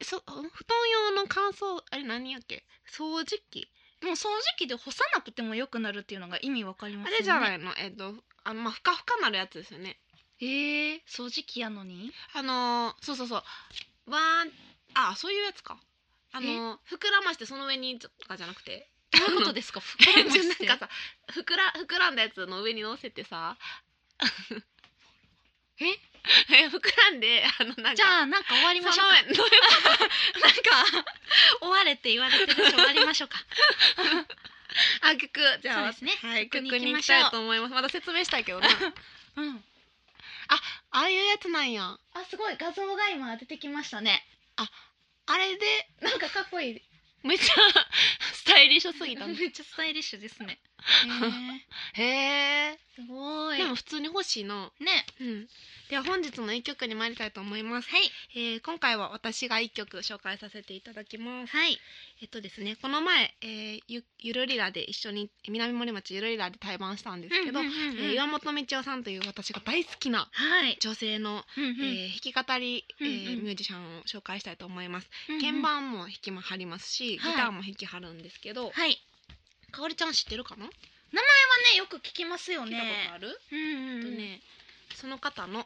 [SPEAKER 2] そん布団用の乾燥あれ何やっけ掃除機
[SPEAKER 1] もう掃除機で干さなくてもよくなるっていうのが意味わかりま
[SPEAKER 2] あ
[SPEAKER 1] す
[SPEAKER 2] れじゃ
[SPEAKER 1] い
[SPEAKER 2] ないのえっ、とあのまあふかふかなるやつですよね
[SPEAKER 1] えー、掃除機やのに
[SPEAKER 2] あのーそうそうそうバーンあそういうやつかあのー膨らましてその上にとかじゃなくて <laughs>
[SPEAKER 1] どういうこと <laughs> ですか
[SPEAKER 2] え
[SPEAKER 1] 膨らま
[SPEAKER 2] じゃ
[SPEAKER 1] し
[SPEAKER 2] あ
[SPEAKER 1] て
[SPEAKER 2] <laughs> なんかさ膨ら膨らんだやつの上に乗せてさ
[SPEAKER 1] え
[SPEAKER 2] <laughs> え膨らんであのなんか
[SPEAKER 1] じゃあなんか終わりまし
[SPEAKER 2] そ
[SPEAKER 1] ょ
[SPEAKER 2] の
[SPEAKER 1] う
[SPEAKER 2] 上どう <laughs> いう
[SPEAKER 1] かなんか終われって言われてるし終わりま <laughs> しょうか
[SPEAKER 2] あ曲じゃあ
[SPEAKER 1] そうですね
[SPEAKER 2] はい、曲
[SPEAKER 1] 曲
[SPEAKER 2] に
[SPEAKER 1] に
[SPEAKER 2] 行
[SPEAKER 1] 行き
[SPEAKER 2] き
[SPEAKER 1] ましたょう
[SPEAKER 2] いと思いますまだ説明したいけどね
[SPEAKER 1] うん
[SPEAKER 2] <laughs> ああいうやつなんや
[SPEAKER 1] あすごい画像が今出てきましたね
[SPEAKER 2] あれでなんかかっこいいめっちゃ <laughs> スタイリッシュすぎた <laughs> ね
[SPEAKER 1] <laughs> めっちゃスタイリッシュですね
[SPEAKER 2] へえ
[SPEAKER 1] すごい
[SPEAKER 2] でも普通に欲しいな
[SPEAKER 1] ね
[SPEAKER 2] うんでは本日の一曲に参りたいと思います、
[SPEAKER 1] はい
[SPEAKER 2] えー今回は私が一曲紹介させていただきます
[SPEAKER 1] はい
[SPEAKER 2] えっとですねこの前、えーゆゆるりらで一緒に南森町ゆるりらで対バンしたんですけど、
[SPEAKER 1] うんうんうんうん
[SPEAKER 2] えー岩本道夫さんという私が大好きな
[SPEAKER 1] はい、
[SPEAKER 2] 女性の、
[SPEAKER 1] うんう
[SPEAKER 2] えー弾き語り、えー
[SPEAKER 1] うんうん
[SPEAKER 2] ミュージシャンを紹介したいと思います
[SPEAKER 1] ん
[SPEAKER 2] 鍵盤も弾きも張りますし、ギ
[SPEAKER 1] はい
[SPEAKER 2] ターも弾き張るんですけど、
[SPEAKER 1] はい
[SPEAKER 2] かおりちゃん知ってるかな、
[SPEAKER 1] はねよく聞きますよ
[SPEAKER 2] 聞いたこ
[SPEAKER 1] ね
[SPEAKER 2] とある、
[SPEAKER 1] うん
[SPEAKER 2] えっ
[SPEAKER 1] う
[SPEAKER 2] と
[SPEAKER 1] んうん
[SPEAKER 2] ねその方の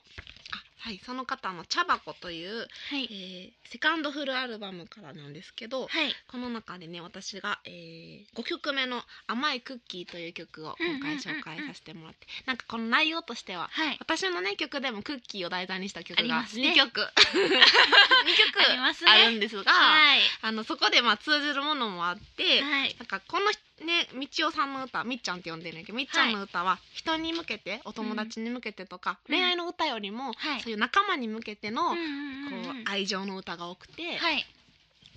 [SPEAKER 2] あはい、その方の「茶箱」という、
[SPEAKER 1] は
[SPEAKER 2] え
[SPEAKER 1] い
[SPEAKER 2] ーセカンドフルアルバムからなんですけど、
[SPEAKER 1] はい
[SPEAKER 2] この中でね私が、え5曲目の「甘いクッキー」という曲を今回紹介させてもらって、なんかこの内容としては
[SPEAKER 1] はい
[SPEAKER 2] 私のね曲でもクッキーを題材にした曲
[SPEAKER 1] あり
[SPEAKER 2] が
[SPEAKER 1] ますね <laughs>
[SPEAKER 2] 2曲二曲
[SPEAKER 1] ありますね
[SPEAKER 2] <laughs> あるんですが
[SPEAKER 1] はい
[SPEAKER 2] あのそこでまあ通じるものもあって、
[SPEAKER 1] はい
[SPEAKER 2] なんかこのねみちおさんの歌みっちゃんって呼んでるんだけどみっちゃんの歌は人に向けてお友達に向けてとか、
[SPEAKER 1] うん
[SPEAKER 2] 恋愛の歌よりも、
[SPEAKER 1] はい
[SPEAKER 2] そういう仲間に向けての、
[SPEAKER 1] うん
[SPEAKER 2] こ
[SPEAKER 1] うんうんうん
[SPEAKER 2] う愛情の歌が多くて、
[SPEAKER 1] はい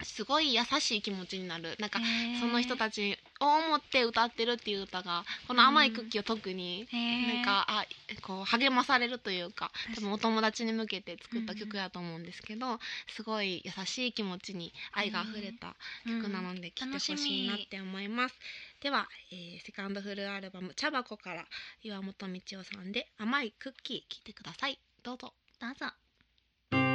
[SPEAKER 2] すごい優しい気持ちになるなんか、
[SPEAKER 1] へー
[SPEAKER 2] その人たちを思って歌ってるっていう歌がこの「甘いクッキー」を特に、
[SPEAKER 1] へー
[SPEAKER 2] なんかあこう励まされるというか
[SPEAKER 1] 確か
[SPEAKER 2] 多
[SPEAKER 1] に
[SPEAKER 2] 分お友達に向けて作った曲やと思うんですけど、すごい優しい気持ちに愛があふれた曲な
[SPEAKER 1] う
[SPEAKER 2] の
[SPEAKER 1] ん
[SPEAKER 2] で聴いてほしいなって思います。では、えーセカンドフルアルバム「茶箱」から岩本道夫さんで「甘いクッキー」聴いてください。どうぞ
[SPEAKER 1] どうぞ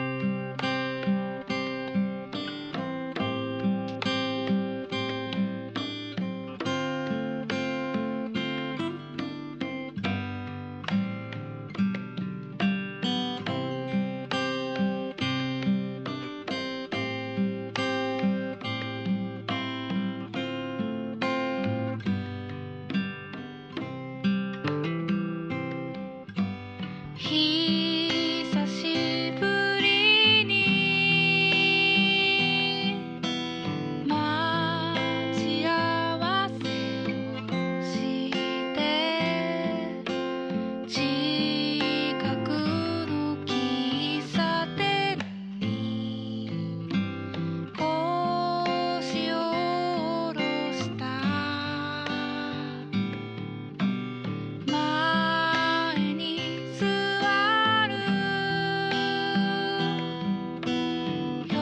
[SPEAKER 2] 久しぶりに待ち合わせをして
[SPEAKER 3] 近くの喫茶店に腰を下ろした前に座る表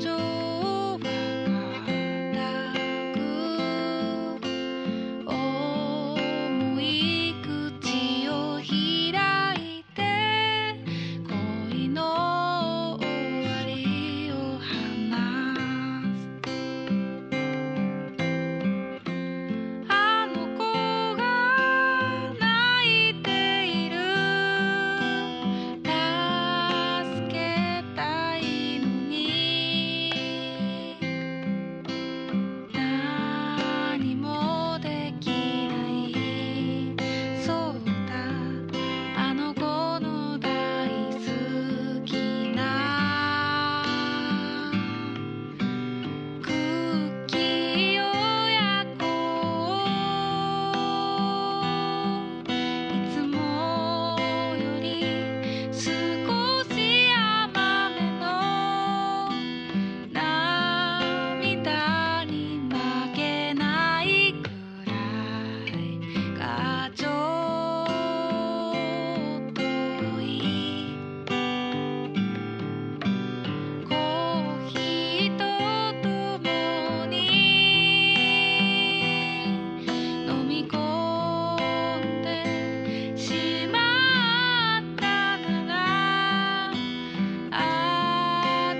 [SPEAKER 3] 情は固く重い口を開いて恋の終わりを話すあの子が泣いている助けたいのに何もできないそうだあの子の大好きなクッキーを焼こういつもより少し甘めの涙に負けないくらいがちょっといいコーヒーと共に飲み込んでしまったならあ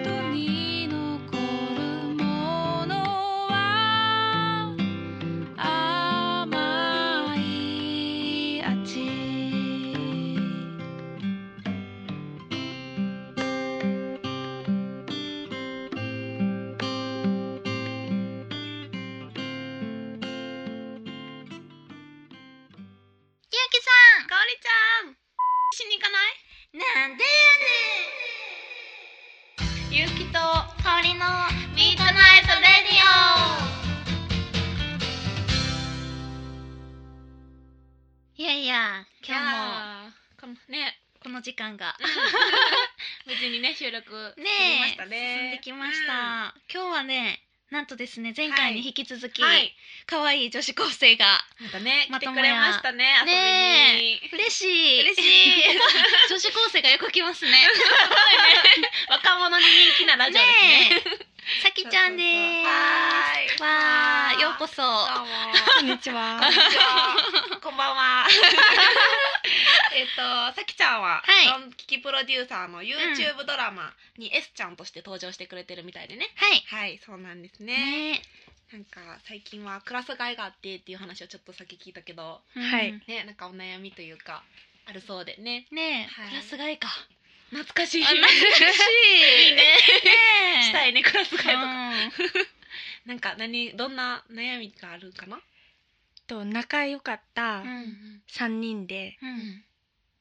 [SPEAKER 3] とに残るものは甘い味
[SPEAKER 1] ゆうきさん
[SPEAKER 2] かおりちゃんしに行かな
[SPEAKER 1] な
[SPEAKER 2] い
[SPEAKER 1] んで
[SPEAKER 2] ゆうきと
[SPEAKER 1] やねん香りの
[SPEAKER 2] ミートナイトレディ
[SPEAKER 1] いやいや
[SPEAKER 2] オ
[SPEAKER 1] 今日も
[SPEAKER 2] このね
[SPEAKER 1] この時間が
[SPEAKER 2] 無事にね収録
[SPEAKER 1] ね
[SPEAKER 2] 進みまし
[SPEAKER 1] え
[SPEAKER 2] た
[SPEAKER 1] 進ん
[SPEAKER 2] ね
[SPEAKER 1] できました今日はねなんとですね前回に引き続き
[SPEAKER 2] はい
[SPEAKER 1] 可愛い女子高生が
[SPEAKER 2] またね
[SPEAKER 1] ま
[SPEAKER 2] 来て
[SPEAKER 1] と
[SPEAKER 2] く
[SPEAKER 1] もや
[SPEAKER 2] れましたね遊びに
[SPEAKER 1] ね嬉しい
[SPEAKER 2] 嬉しい
[SPEAKER 1] <laughs> 女子高生がよく来ますね
[SPEAKER 2] <laughs> 若者に人気なラジオですね
[SPEAKER 1] ねえさきちゃんで
[SPEAKER 2] そうそう
[SPEAKER 1] すわ
[SPEAKER 2] そうはー
[SPEAKER 1] あ
[SPEAKER 2] い
[SPEAKER 1] ようこそ
[SPEAKER 2] どうも
[SPEAKER 1] こんにちは
[SPEAKER 2] こんにちはこんばんは <laughs> えっとさきちゃんは、
[SPEAKER 1] はい
[SPEAKER 2] ドンキキプロデューサーの YouTube ドラマに S ちゃんとして登場してくれてるみたいでね
[SPEAKER 1] はい
[SPEAKER 2] はいそうなんですね
[SPEAKER 1] ね
[SPEAKER 2] なんか最近はクラス替えがあってっていう話をちょっとさっき聞いたけど
[SPEAKER 1] え
[SPEAKER 2] ねなんかお悩みというかあるそうでね
[SPEAKER 1] ねえ、
[SPEAKER 2] はい
[SPEAKER 1] クラス替
[SPEAKER 2] <laughs>
[SPEAKER 1] えか
[SPEAKER 2] 懐かしい
[SPEAKER 1] あ懐かしい
[SPEAKER 2] いいね
[SPEAKER 1] ね
[SPEAKER 2] <laughs>
[SPEAKER 1] え
[SPEAKER 2] したいねクラス替えとか
[SPEAKER 1] うん
[SPEAKER 2] なんか何どんな悩みがあるかな
[SPEAKER 4] と仲良かった
[SPEAKER 1] うん
[SPEAKER 4] 3人で、
[SPEAKER 1] うん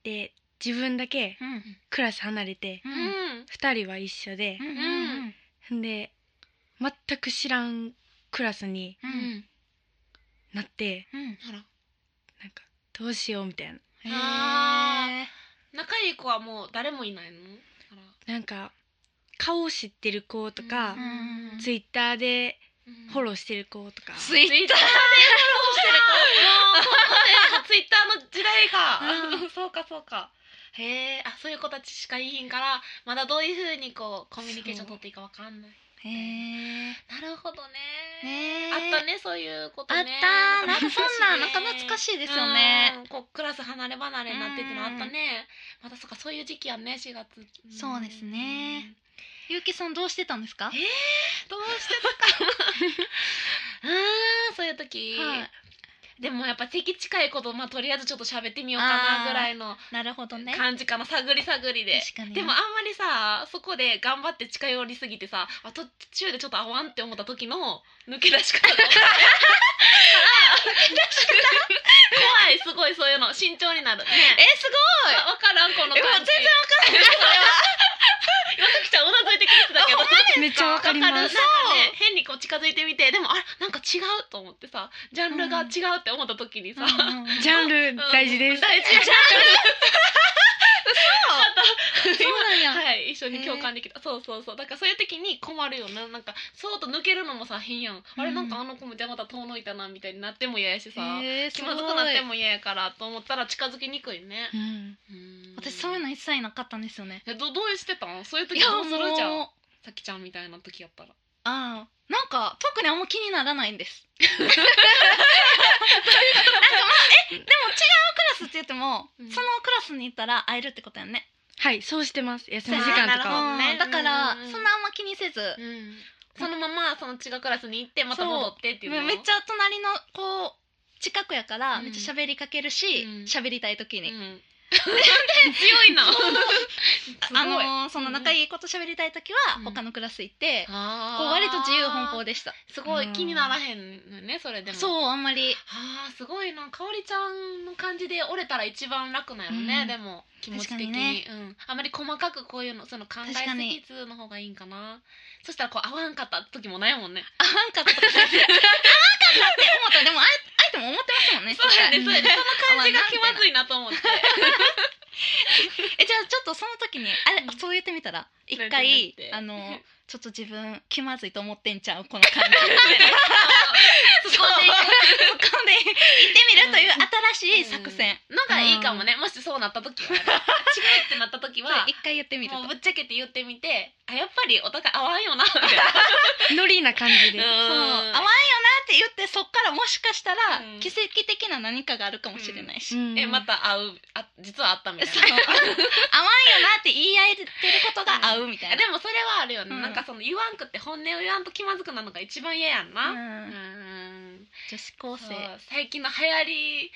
[SPEAKER 4] で自分だけ
[SPEAKER 1] うん
[SPEAKER 4] クラス離れて
[SPEAKER 2] う
[SPEAKER 1] うん
[SPEAKER 2] ん
[SPEAKER 4] 2人は一緒で
[SPEAKER 1] う、ん
[SPEAKER 4] ん、で全く知らんクラスに
[SPEAKER 1] う
[SPEAKER 2] うんん
[SPEAKER 4] なって
[SPEAKER 1] うん
[SPEAKER 2] あら
[SPEAKER 4] なんかどうしようみたいな
[SPEAKER 2] あー
[SPEAKER 1] へえ
[SPEAKER 2] 仲いい子はもう誰もいないのあら
[SPEAKER 4] なんか顔を知ってる子とか、
[SPEAKER 1] うん
[SPEAKER 4] ツイッターで
[SPEAKER 2] うん
[SPEAKER 4] フォローしてる子とか、
[SPEAKER 2] ツイッターでフォローしてる子もうツイッターの時代がそうかそうかへえあそういう子たちしかいいひんからまだどういうふうにこうコミュニケーション取っていいかわかんない
[SPEAKER 1] へえね
[SPEAKER 2] なるほどね
[SPEAKER 1] え
[SPEAKER 2] あったねそういうこと
[SPEAKER 1] あっ
[SPEAKER 2] ね
[SPEAKER 1] たなんかそんなんなんか
[SPEAKER 2] 懐
[SPEAKER 1] 懐か
[SPEAKER 2] かしいね
[SPEAKER 1] しいですよね
[SPEAKER 2] うんこうクラス離れ離れになってってのあったねまたそっかそういう時期やね4月ん
[SPEAKER 1] そうですねゆうきさんどうしてたんですか
[SPEAKER 2] えどうしてたか <laughs> なうーんそういう時、
[SPEAKER 1] は
[SPEAKER 2] でもやっぱ席近いことまあとりあえずちょっと喋ってみようか
[SPEAKER 1] あー
[SPEAKER 2] なぐらいの
[SPEAKER 1] なるほどね
[SPEAKER 2] 感じかな探り探りで。
[SPEAKER 1] 確かに
[SPEAKER 2] でもあんまりさそこで頑張って近寄りすぎてさあ途中でちょっと合わんって思った時の抜け出し方怖いすごいそういうの慎重になるね
[SPEAKER 1] えすごい
[SPEAKER 2] わからんこの感じ
[SPEAKER 1] えわ全然
[SPEAKER 2] わからん <laughs> それは岩崎ちゃんうなずいてくれてたけど
[SPEAKER 1] <laughs>
[SPEAKER 4] めっちゃわかりま
[SPEAKER 2] わ
[SPEAKER 4] す
[SPEAKER 2] かるなんかね変にこう近づいてみてでもあれなんか違うと思ってさジャンルが違うって思った時に <laughs> さ、
[SPEAKER 1] うんうんうん
[SPEAKER 4] ジャンル大事です、
[SPEAKER 2] 大事じゃん
[SPEAKER 1] そうなんや
[SPEAKER 2] はい一緒に共感できた、そうそうそうだからそういう時に困るよななんかそうと抜けるのもさ変やん、あれなんかあの子も邪魔だ遠のいたなみたいになっても嫌やしさ
[SPEAKER 1] へえす
[SPEAKER 2] 気
[SPEAKER 1] ごい
[SPEAKER 2] まずくなっても嫌やからと思ったら近づきにくいね
[SPEAKER 4] う、ん、
[SPEAKER 2] うん
[SPEAKER 1] 私そういうの一切なかったんですよね
[SPEAKER 2] えどどうしてたんそういう時どうするじゃん
[SPEAKER 1] う
[SPEAKER 2] さきちゃんみたいな時やったら
[SPEAKER 1] ああなんか特にあんま気にならないんです
[SPEAKER 2] <laughs>
[SPEAKER 1] なんかまあえでも違うクラスって言っても、
[SPEAKER 2] うん
[SPEAKER 1] そのクラスに行ったら会えるってことやね
[SPEAKER 4] はいそうしてます休み
[SPEAKER 2] あー
[SPEAKER 4] 時間と
[SPEAKER 2] なるほど
[SPEAKER 4] か
[SPEAKER 2] ね
[SPEAKER 1] うんだから、
[SPEAKER 2] うんうんうん
[SPEAKER 1] そんなあんま気にせず、
[SPEAKER 2] うんそのままその違うクラスに行ってまた戻ってっていうの
[SPEAKER 1] めっちゃ隣の子近くやから、
[SPEAKER 2] うん
[SPEAKER 1] めっちゃ喋りかけるし
[SPEAKER 2] うん
[SPEAKER 1] 喋、りたい時に、
[SPEAKER 2] <laughs> うん、強いな
[SPEAKER 1] あ
[SPEAKER 2] あの
[SPEAKER 1] のーその仲いい子と喋りたい時は、
[SPEAKER 2] うん
[SPEAKER 1] 他のクラス行って、こ
[SPEAKER 2] こ
[SPEAKER 1] う割と自由奔放で
[SPEAKER 2] で
[SPEAKER 1] した
[SPEAKER 2] すごい気にならへんのねそれでもう
[SPEAKER 1] そうあんまり
[SPEAKER 2] あーすごいなかおりちゃんの感じで折れたら一番楽なよね、
[SPEAKER 1] うん
[SPEAKER 2] でも気持ち的に
[SPEAKER 1] 確かにね
[SPEAKER 2] うん、あまり細かくこういうのその考え
[SPEAKER 1] 確か
[SPEAKER 2] す
[SPEAKER 1] に
[SPEAKER 2] ぎずの方がいいんかなそしたらこう合わんかった時もないもんね
[SPEAKER 1] あなんかとかあなんかって思ったらでもあ相手も思ってますもんね
[SPEAKER 2] そうやね
[SPEAKER 1] 絶
[SPEAKER 2] そう
[SPEAKER 1] 対
[SPEAKER 2] やねその感じが
[SPEAKER 1] 合わんな
[SPEAKER 2] 気まずいなと
[SPEAKER 1] <laughs>
[SPEAKER 2] 思って
[SPEAKER 1] えじゃあちょっとその時にあれ
[SPEAKER 2] うん
[SPEAKER 1] そう言ってみたら一
[SPEAKER 2] なん
[SPEAKER 1] 回
[SPEAKER 2] て
[SPEAKER 1] あのちょっと自分気まずいと思ってんちゃうこの感じ突っ
[SPEAKER 2] そこで
[SPEAKER 1] 込んで行ってみるという新しい作戦、
[SPEAKER 2] のがいいかもねもしそうなった時
[SPEAKER 1] <laughs>
[SPEAKER 2] はね違うってなった時
[SPEAKER 1] それ
[SPEAKER 2] は
[SPEAKER 1] 一回言ってみると
[SPEAKER 2] もうぶっちゃけて言ってみてあやっぱりお互い合わんよなみたい
[SPEAKER 4] ノリな感じで、
[SPEAKER 1] <laughs>
[SPEAKER 2] な
[SPEAKER 1] そう合わんよなって言ってそっからもしかしたら
[SPEAKER 2] うん
[SPEAKER 1] 奇跡的な何かがあるかもしれないし、
[SPEAKER 4] うん
[SPEAKER 2] えまた会うあ実は会ったみたい
[SPEAKER 1] そう
[SPEAKER 2] な
[SPEAKER 1] 合わんよなって言い合えてることが合うみたい
[SPEAKER 2] <laughs> あ
[SPEAKER 1] な、
[SPEAKER 2] でもそれはあるよね、
[SPEAKER 1] うん
[SPEAKER 2] なんかその言わんくって本音を言わんと気まずくなるのが一番嫌やんな
[SPEAKER 1] う
[SPEAKER 2] うんん
[SPEAKER 1] 女子高生
[SPEAKER 2] そう最近の流行り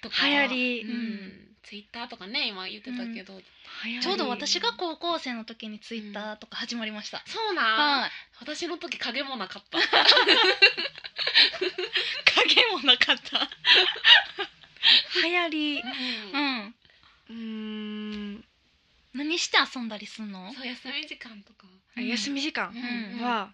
[SPEAKER 2] とか
[SPEAKER 4] 流行り
[SPEAKER 2] うんツイッターとかね今言ってたけど、
[SPEAKER 1] ちょうど私が高校生の時にツイッターとか始まりました、
[SPEAKER 2] そうなん、
[SPEAKER 1] はい、
[SPEAKER 2] 私の時影もなかった
[SPEAKER 1] <laughs> 影もなかった。
[SPEAKER 4] 流行り
[SPEAKER 2] うん
[SPEAKER 1] うん。
[SPEAKER 4] うーん
[SPEAKER 1] 何して遊んだりすんの？
[SPEAKER 2] そう休み時間とか
[SPEAKER 1] うん
[SPEAKER 4] 休み時間
[SPEAKER 1] んう
[SPEAKER 4] は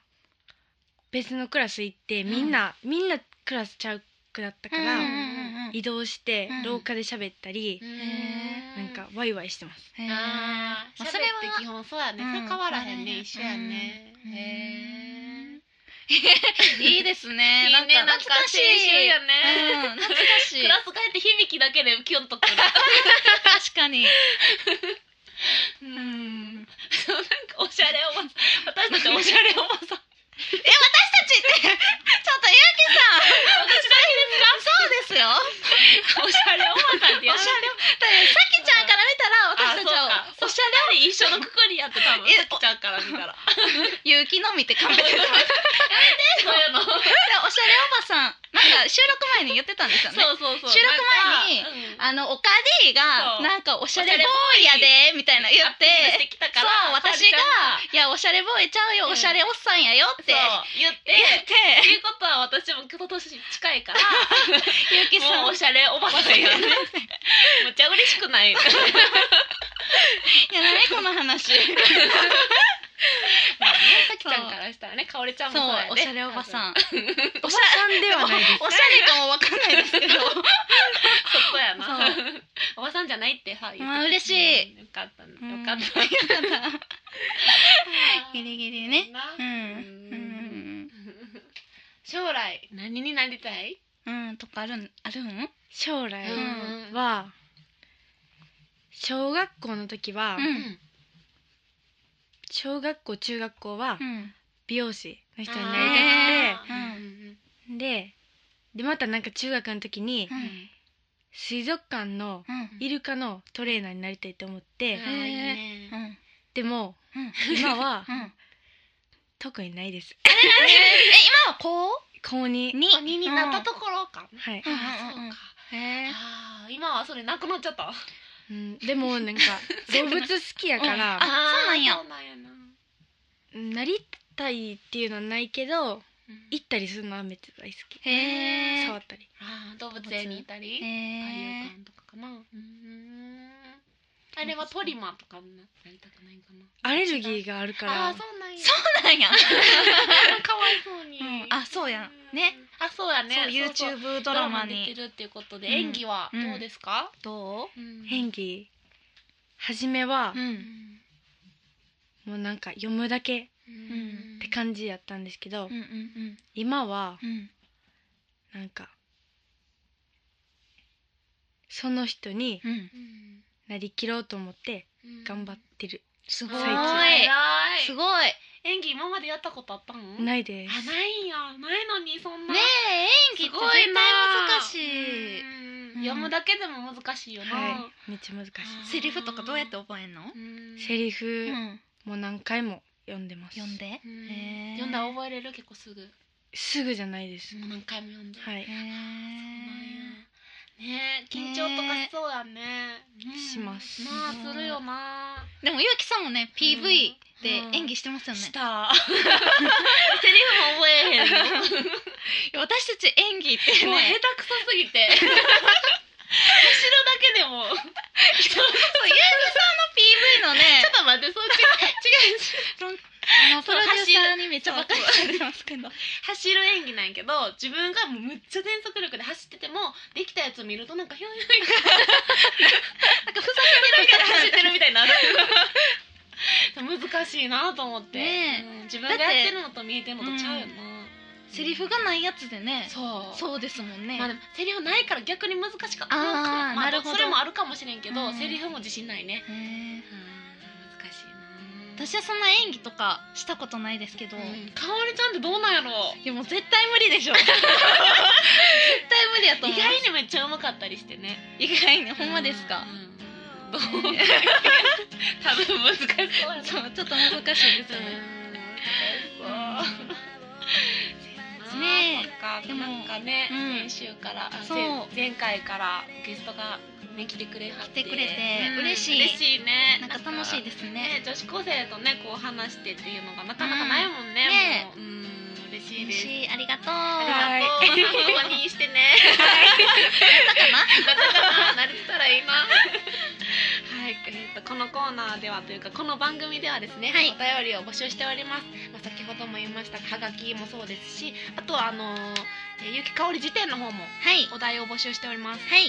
[SPEAKER 4] 別のクラス行ってみんな、みんなクラスちゃうくなったから、
[SPEAKER 1] うんうんうん
[SPEAKER 4] 移動して
[SPEAKER 1] うん
[SPEAKER 4] 廊下で喋ったり
[SPEAKER 2] う、
[SPEAKER 1] へ
[SPEAKER 2] ん
[SPEAKER 4] なんかワイワイして
[SPEAKER 1] <laughs>
[SPEAKER 4] ます、
[SPEAKER 1] へー
[SPEAKER 2] あー
[SPEAKER 1] まあ
[SPEAKER 2] 喋
[SPEAKER 1] それは
[SPEAKER 2] って基本そうやね、
[SPEAKER 1] うん
[SPEAKER 2] それ変わらへんね、
[SPEAKER 1] うん
[SPEAKER 2] 一緒やね、
[SPEAKER 1] うん
[SPEAKER 2] へえ
[SPEAKER 1] いいです
[SPEAKER 2] <laughs>
[SPEAKER 1] ね。なんか懐かしい。
[SPEAKER 2] よね。
[SPEAKER 1] うん、懐かしい
[SPEAKER 2] ク。ラス帰って響きだけでキュンとくる。
[SPEAKER 1] 確かに。
[SPEAKER 2] うん。そうなんかおしゃれおばさん。私たちおしゃれおばさん。
[SPEAKER 1] 私たちってちょっとゆうきさん、私だけですか？そうですよ。
[SPEAKER 2] おしゃれおばさんってや
[SPEAKER 1] おしゃれ。さきちゃんから見たら
[SPEAKER 2] あ
[SPEAKER 1] 私たちはお
[SPEAKER 2] そうか
[SPEAKER 1] しゃれ。
[SPEAKER 2] れ一緒のくくりやって多分。
[SPEAKER 1] え
[SPEAKER 2] え、ちゃんから見たら。
[SPEAKER 1] ゆうきのみって考えてます。
[SPEAKER 2] <laughs> そういうの。
[SPEAKER 1] おしゃれおばさん。なんか収録前に言ってたんですよね
[SPEAKER 2] そうそうそう
[SPEAKER 1] 収録前に
[SPEAKER 2] なんかうん
[SPEAKER 1] あのおかり
[SPEAKER 2] そ
[SPEAKER 1] が
[SPEAKER 2] う
[SPEAKER 1] なんかおしゃれボーイやでみたいな言っ
[SPEAKER 2] アピールしててきた
[SPEAKER 1] そ
[SPEAKER 2] から
[SPEAKER 1] う私が
[SPEAKER 2] あ
[SPEAKER 1] 「いやおしゃれボーイちゃうよ
[SPEAKER 2] うん
[SPEAKER 1] おしゃれおっさんやよ」っ
[SPEAKER 2] ち
[SPEAKER 1] て
[SPEAKER 2] ゃんがそう言って
[SPEAKER 1] 言っ
[SPEAKER 2] って
[SPEAKER 1] て
[SPEAKER 2] いうことは私も今年近いか
[SPEAKER 1] <laughs>
[SPEAKER 2] ら
[SPEAKER 1] ゆうきさん
[SPEAKER 2] もうおしゃれおばさんや
[SPEAKER 1] <laughs>
[SPEAKER 2] ねむっちゃ嬉しくないま
[SPEAKER 1] いや何この話
[SPEAKER 2] あねさきちゃんからしたらねかおりちゃんも
[SPEAKER 1] そ
[SPEAKER 2] そうや
[SPEAKER 1] う
[SPEAKER 2] で
[SPEAKER 1] おしゃれおばさん
[SPEAKER 4] おばさんではないです
[SPEAKER 1] おおしゃれかもわかんないですけど
[SPEAKER 2] そこやな
[SPEAKER 1] そ
[SPEAKER 2] おばさんじゃないってさ言って
[SPEAKER 1] まあ嬉しい
[SPEAKER 2] うんよかったよ <laughs>
[SPEAKER 1] うん
[SPEAKER 2] かった
[SPEAKER 1] よかった <laughs> ギリギリね
[SPEAKER 2] な
[SPEAKER 1] うん
[SPEAKER 2] う
[SPEAKER 1] うん
[SPEAKER 2] 将来何になりたい
[SPEAKER 1] うんとかあるんあるん
[SPEAKER 4] 将来
[SPEAKER 2] うん
[SPEAKER 4] は小学校の時は、
[SPEAKER 1] うん
[SPEAKER 4] 小学校中学校は
[SPEAKER 1] うん
[SPEAKER 4] 美容師の人になりた
[SPEAKER 2] あ
[SPEAKER 4] く
[SPEAKER 1] う
[SPEAKER 2] ー
[SPEAKER 4] てででまたなんか中学の時に
[SPEAKER 1] うん
[SPEAKER 4] 水族館の
[SPEAKER 1] うん
[SPEAKER 4] イルカのトレーナーになりたいと思って、
[SPEAKER 2] あーいいね
[SPEAKER 1] うん
[SPEAKER 4] でも
[SPEAKER 1] うん
[SPEAKER 4] 今は
[SPEAKER 1] うん
[SPEAKER 4] 特にないです
[SPEAKER 1] あこ
[SPEAKER 4] 高2
[SPEAKER 1] うに
[SPEAKER 2] あにになったところか
[SPEAKER 4] はい、
[SPEAKER 2] あ
[SPEAKER 1] う
[SPEAKER 2] ー
[SPEAKER 1] んうんうん
[SPEAKER 2] そうか
[SPEAKER 1] へえ
[SPEAKER 2] あー今はそれなくなっちゃった
[SPEAKER 4] うん、で
[SPEAKER 1] <laughs>
[SPEAKER 4] もなんか動物好きやから
[SPEAKER 1] あ、そうなんや
[SPEAKER 2] そうなんやな
[SPEAKER 4] なりたいっていうのはないけど
[SPEAKER 2] うん
[SPEAKER 4] 行ったりするのはめっちゃ大好き
[SPEAKER 1] へえ
[SPEAKER 4] 触ったり
[SPEAKER 2] あー動物園にいたり海
[SPEAKER 1] へ
[SPEAKER 2] 遊
[SPEAKER 1] え
[SPEAKER 2] 館とかかなうんあれはトリマーとかになりたくないんかな
[SPEAKER 4] アレルギーがあるから
[SPEAKER 2] あーそうなんや
[SPEAKER 1] そうなんや
[SPEAKER 2] <laughs> かわいそうに、
[SPEAKER 1] うんあそうやね
[SPEAKER 2] あそうやね
[SPEAKER 1] そう
[SPEAKER 2] そうそう
[SPEAKER 1] YouTube ド
[SPEAKER 2] ド
[SPEAKER 1] ラ
[SPEAKER 2] ラ
[SPEAKER 1] マ
[SPEAKER 2] マに出
[SPEAKER 1] に
[SPEAKER 2] てるっていうことで、
[SPEAKER 1] うん
[SPEAKER 2] 演技はどうですか、
[SPEAKER 1] ど
[SPEAKER 2] うん
[SPEAKER 4] 演技初めは
[SPEAKER 1] うう
[SPEAKER 2] うんん
[SPEAKER 4] もうなんか読むだけ
[SPEAKER 2] う
[SPEAKER 1] うん
[SPEAKER 2] ん
[SPEAKER 4] って感じやったんですけど、
[SPEAKER 1] うんうん
[SPEAKER 4] 今は
[SPEAKER 1] うん
[SPEAKER 4] なんかその人に
[SPEAKER 1] うん
[SPEAKER 2] うん
[SPEAKER 4] なりきろうと思って
[SPEAKER 2] うん
[SPEAKER 4] 頑張ってる、
[SPEAKER 1] すごい
[SPEAKER 2] すごい
[SPEAKER 4] 最近
[SPEAKER 2] 偉い
[SPEAKER 1] すごい
[SPEAKER 2] 演技今までやったことあったのい
[SPEAKER 4] ないです
[SPEAKER 2] あないんやないのにそんな
[SPEAKER 1] ねえ演技って
[SPEAKER 2] すごい
[SPEAKER 1] 絶対
[SPEAKER 2] な
[SPEAKER 1] 難しい
[SPEAKER 2] うん
[SPEAKER 1] うん
[SPEAKER 2] 読むだけでも難しいよな、
[SPEAKER 4] はいめっちゃ難しい
[SPEAKER 1] セリフとかどうやって覚えんの
[SPEAKER 2] うん
[SPEAKER 4] セリフ
[SPEAKER 1] うん
[SPEAKER 4] もう何回も読んでます
[SPEAKER 1] 読んで
[SPEAKER 2] うん
[SPEAKER 1] へー
[SPEAKER 2] 読んだら覚えれる結構すぐ
[SPEAKER 4] すぐじゃないです、
[SPEAKER 2] もう何回も読んで、
[SPEAKER 4] はい
[SPEAKER 1] へえ
[SPEAKER 2] なんやねえ緊張とかしそうやね、うん
[SPEAKER 4] します
[SPEAKER 2] なあするよな
[SPEAKER 1] でもゆうきさんもね PV で演技してますよね
[SPEAKER 2] <laughs> たセリフも覚えへんの
[SPEAKER 1] 私たち演技って
[SPEAKER 2] <laughs> もう下手
[SPEAKER 1] ね
[SPEAKER 2] くそすぎて <laughs> 走るだけでも <laughs>
[SPEAKER 1] そうゆうきさんの PV のね
[SPEAKER 2] ちょっと待ってそっ <laughs> ち違う
[SPEAKER 1] あのプロデューサーにめっちゃバカにされてますけど
[SPEAKER 2] 走る演技なんやけど自分がもうむっちゃ全速力で走っててもできたやつ見るとなんかひょんひょんひょんなんかふざけてるみたいな走ってるみたいになる難しいなと思って、
[SPEAKER 1] ね
[SPEAKER 2] うん自分がやってるのと見えてるのとちゃうよな、
[SPEAKER 1] セリフがないやつでね
[SPEAKER 2] そう
[SPEAKER 1] そうですもんね
[SPEAKER 2] まあでもセリフないから逆に難しかった
[SPEAKER 1] あー
[SPEAKER 2] のかもま
[SPEAKER 1] なるほど
[SPEAKER 2] それもあるかもしれんけど、
[SPEAKER 1] うん
[SPEAKER 2] セリフも自信ないね
[SPEAKER 1] へえ
[SPEAKER 2] 難しいな
[SPEAKER 1] 私はそんな演技とかしたことないですけど、
[SPEAKER 2] うんかおりちゃんってどうなんやろ
[SPEAKER 1] いやもう絶対無理でしょ絶対無理やと
[SPEAKER 2] 意
[SPEAKER 1] 思う
[SPEAKER 2] 外にめっちゃうまかったりしてね
[SPEAKER 1] 意外にほんまですか
[SPEAKER 2] うん
[SPEAKER 1] <laughs>
[SPEAKER 2] どう多分難しそうやな
[SPEAKER 1] そうちょっと難しいです
[SPEAKER 2] う
[SPEAKER 1] よね
[SPEAKER 2] ん難しそう
[SPEAKER 1] ねえ
[SPEAKER 2] そっか
[SPEAKER 1] でも
[SPEAKER 2] なんかね、
[SPEAKER 1] うん
[SPEAKER 2] 先週からあ
[SPEAKER 1] そう
[SPEAKER 2] 前前回からゲストが、ね、来てくれはって
[SPEAKER 1] 来てくれて
[SPEAKER 2] うん
[SPEAKER 1] 嬉しい
[SPEAKER 2] 嬉しいね
[SPEAKER 1] なんか楽しいですね
[SPEAKER 2] ね女子高生とねこう話してっていうのがなかなかないもんね,、もううん嬉しい
[SPEAKER 1] 嬉
[SPEAKER 2] です
[SPEAKER 1] しいありがとう
[SPEAKER 2] あり
[SPEAKER 1] あ
[SPEAKER 2] がとう、はい、ここにしてね。 <laughs> またかな、慣れてたらいいな。はい、えっとこのコーナーではというかこの番組ではですね、
[SPEAKER 1] はい
[SPEAKER 2] お便りを募集しております。まあ先ほども言いましたが、はがきもそうですし、あとはあのーえーゆきかおり辞典の方も
[SPEAKER 1] はい
[SPEAKER 2] お題を募集しております。
[SPEAKER 1] はい
[SPEAKER 2] は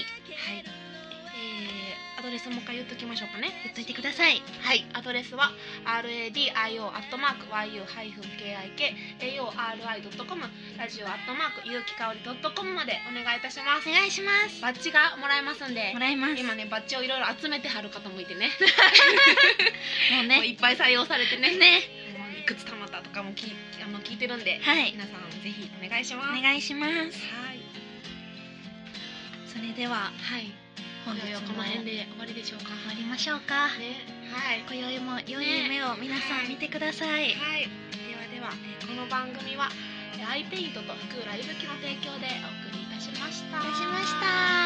[SPEAKER 2] い。えーアドレスもう一回言っときましょうかね。
[SPEAKER 1] 言っといてください
[SPEAKER 2] はい、アドレスは radio.yu-kikaori.com ラジオ .yu ゆうきかおり .com までお願いいたします
[SPEAKER 1] お願いします
[SPEAKER 2] バッジがもらえますんで
[SPEAKER 1] もらいます
[SPEAKER 2] 今ねバッジをいろいろ集めてはる方もいてね
[SPEAKER 1] もう
[SPEAKER 2] もうい
[SPEAKER 1] ね
[SPEAKER 2] っぱい採用されてね
[SPEAKER 1] ね
[SPEAKER 2] もういくつたまったとかも聞いあの聞いてるんで、
[SPEAKER 1] はい
[SPEAKER 2] 皆さんぜひお願いします
[SPEAKER 1] お願いしま
[SPEAKER 2] はい、
[SPEAKER 1] すそれでは
[SPEAKER 2] はい、
[SPEAKER 1] 本日
[SPEAKER 2] いよいよ
[SPEAKER 1] も
[SPEAKER 2] この辺
[SPEAKER 1] 終
[SPEAKER 2] で終わりでしょうか
[SPEAKER 1] わりましょうか
[SPEAKER 2] ねはい
[SPEAKER 1] 今宵も良い夢を皆さん見てください
[SPEAKER 2] はい、ではでは、えーこの番組はえーアイペイントと福浦いぶきの提供でお送りいたし
[SPEAKER 5] しました
[SPEAKER 2] 出しました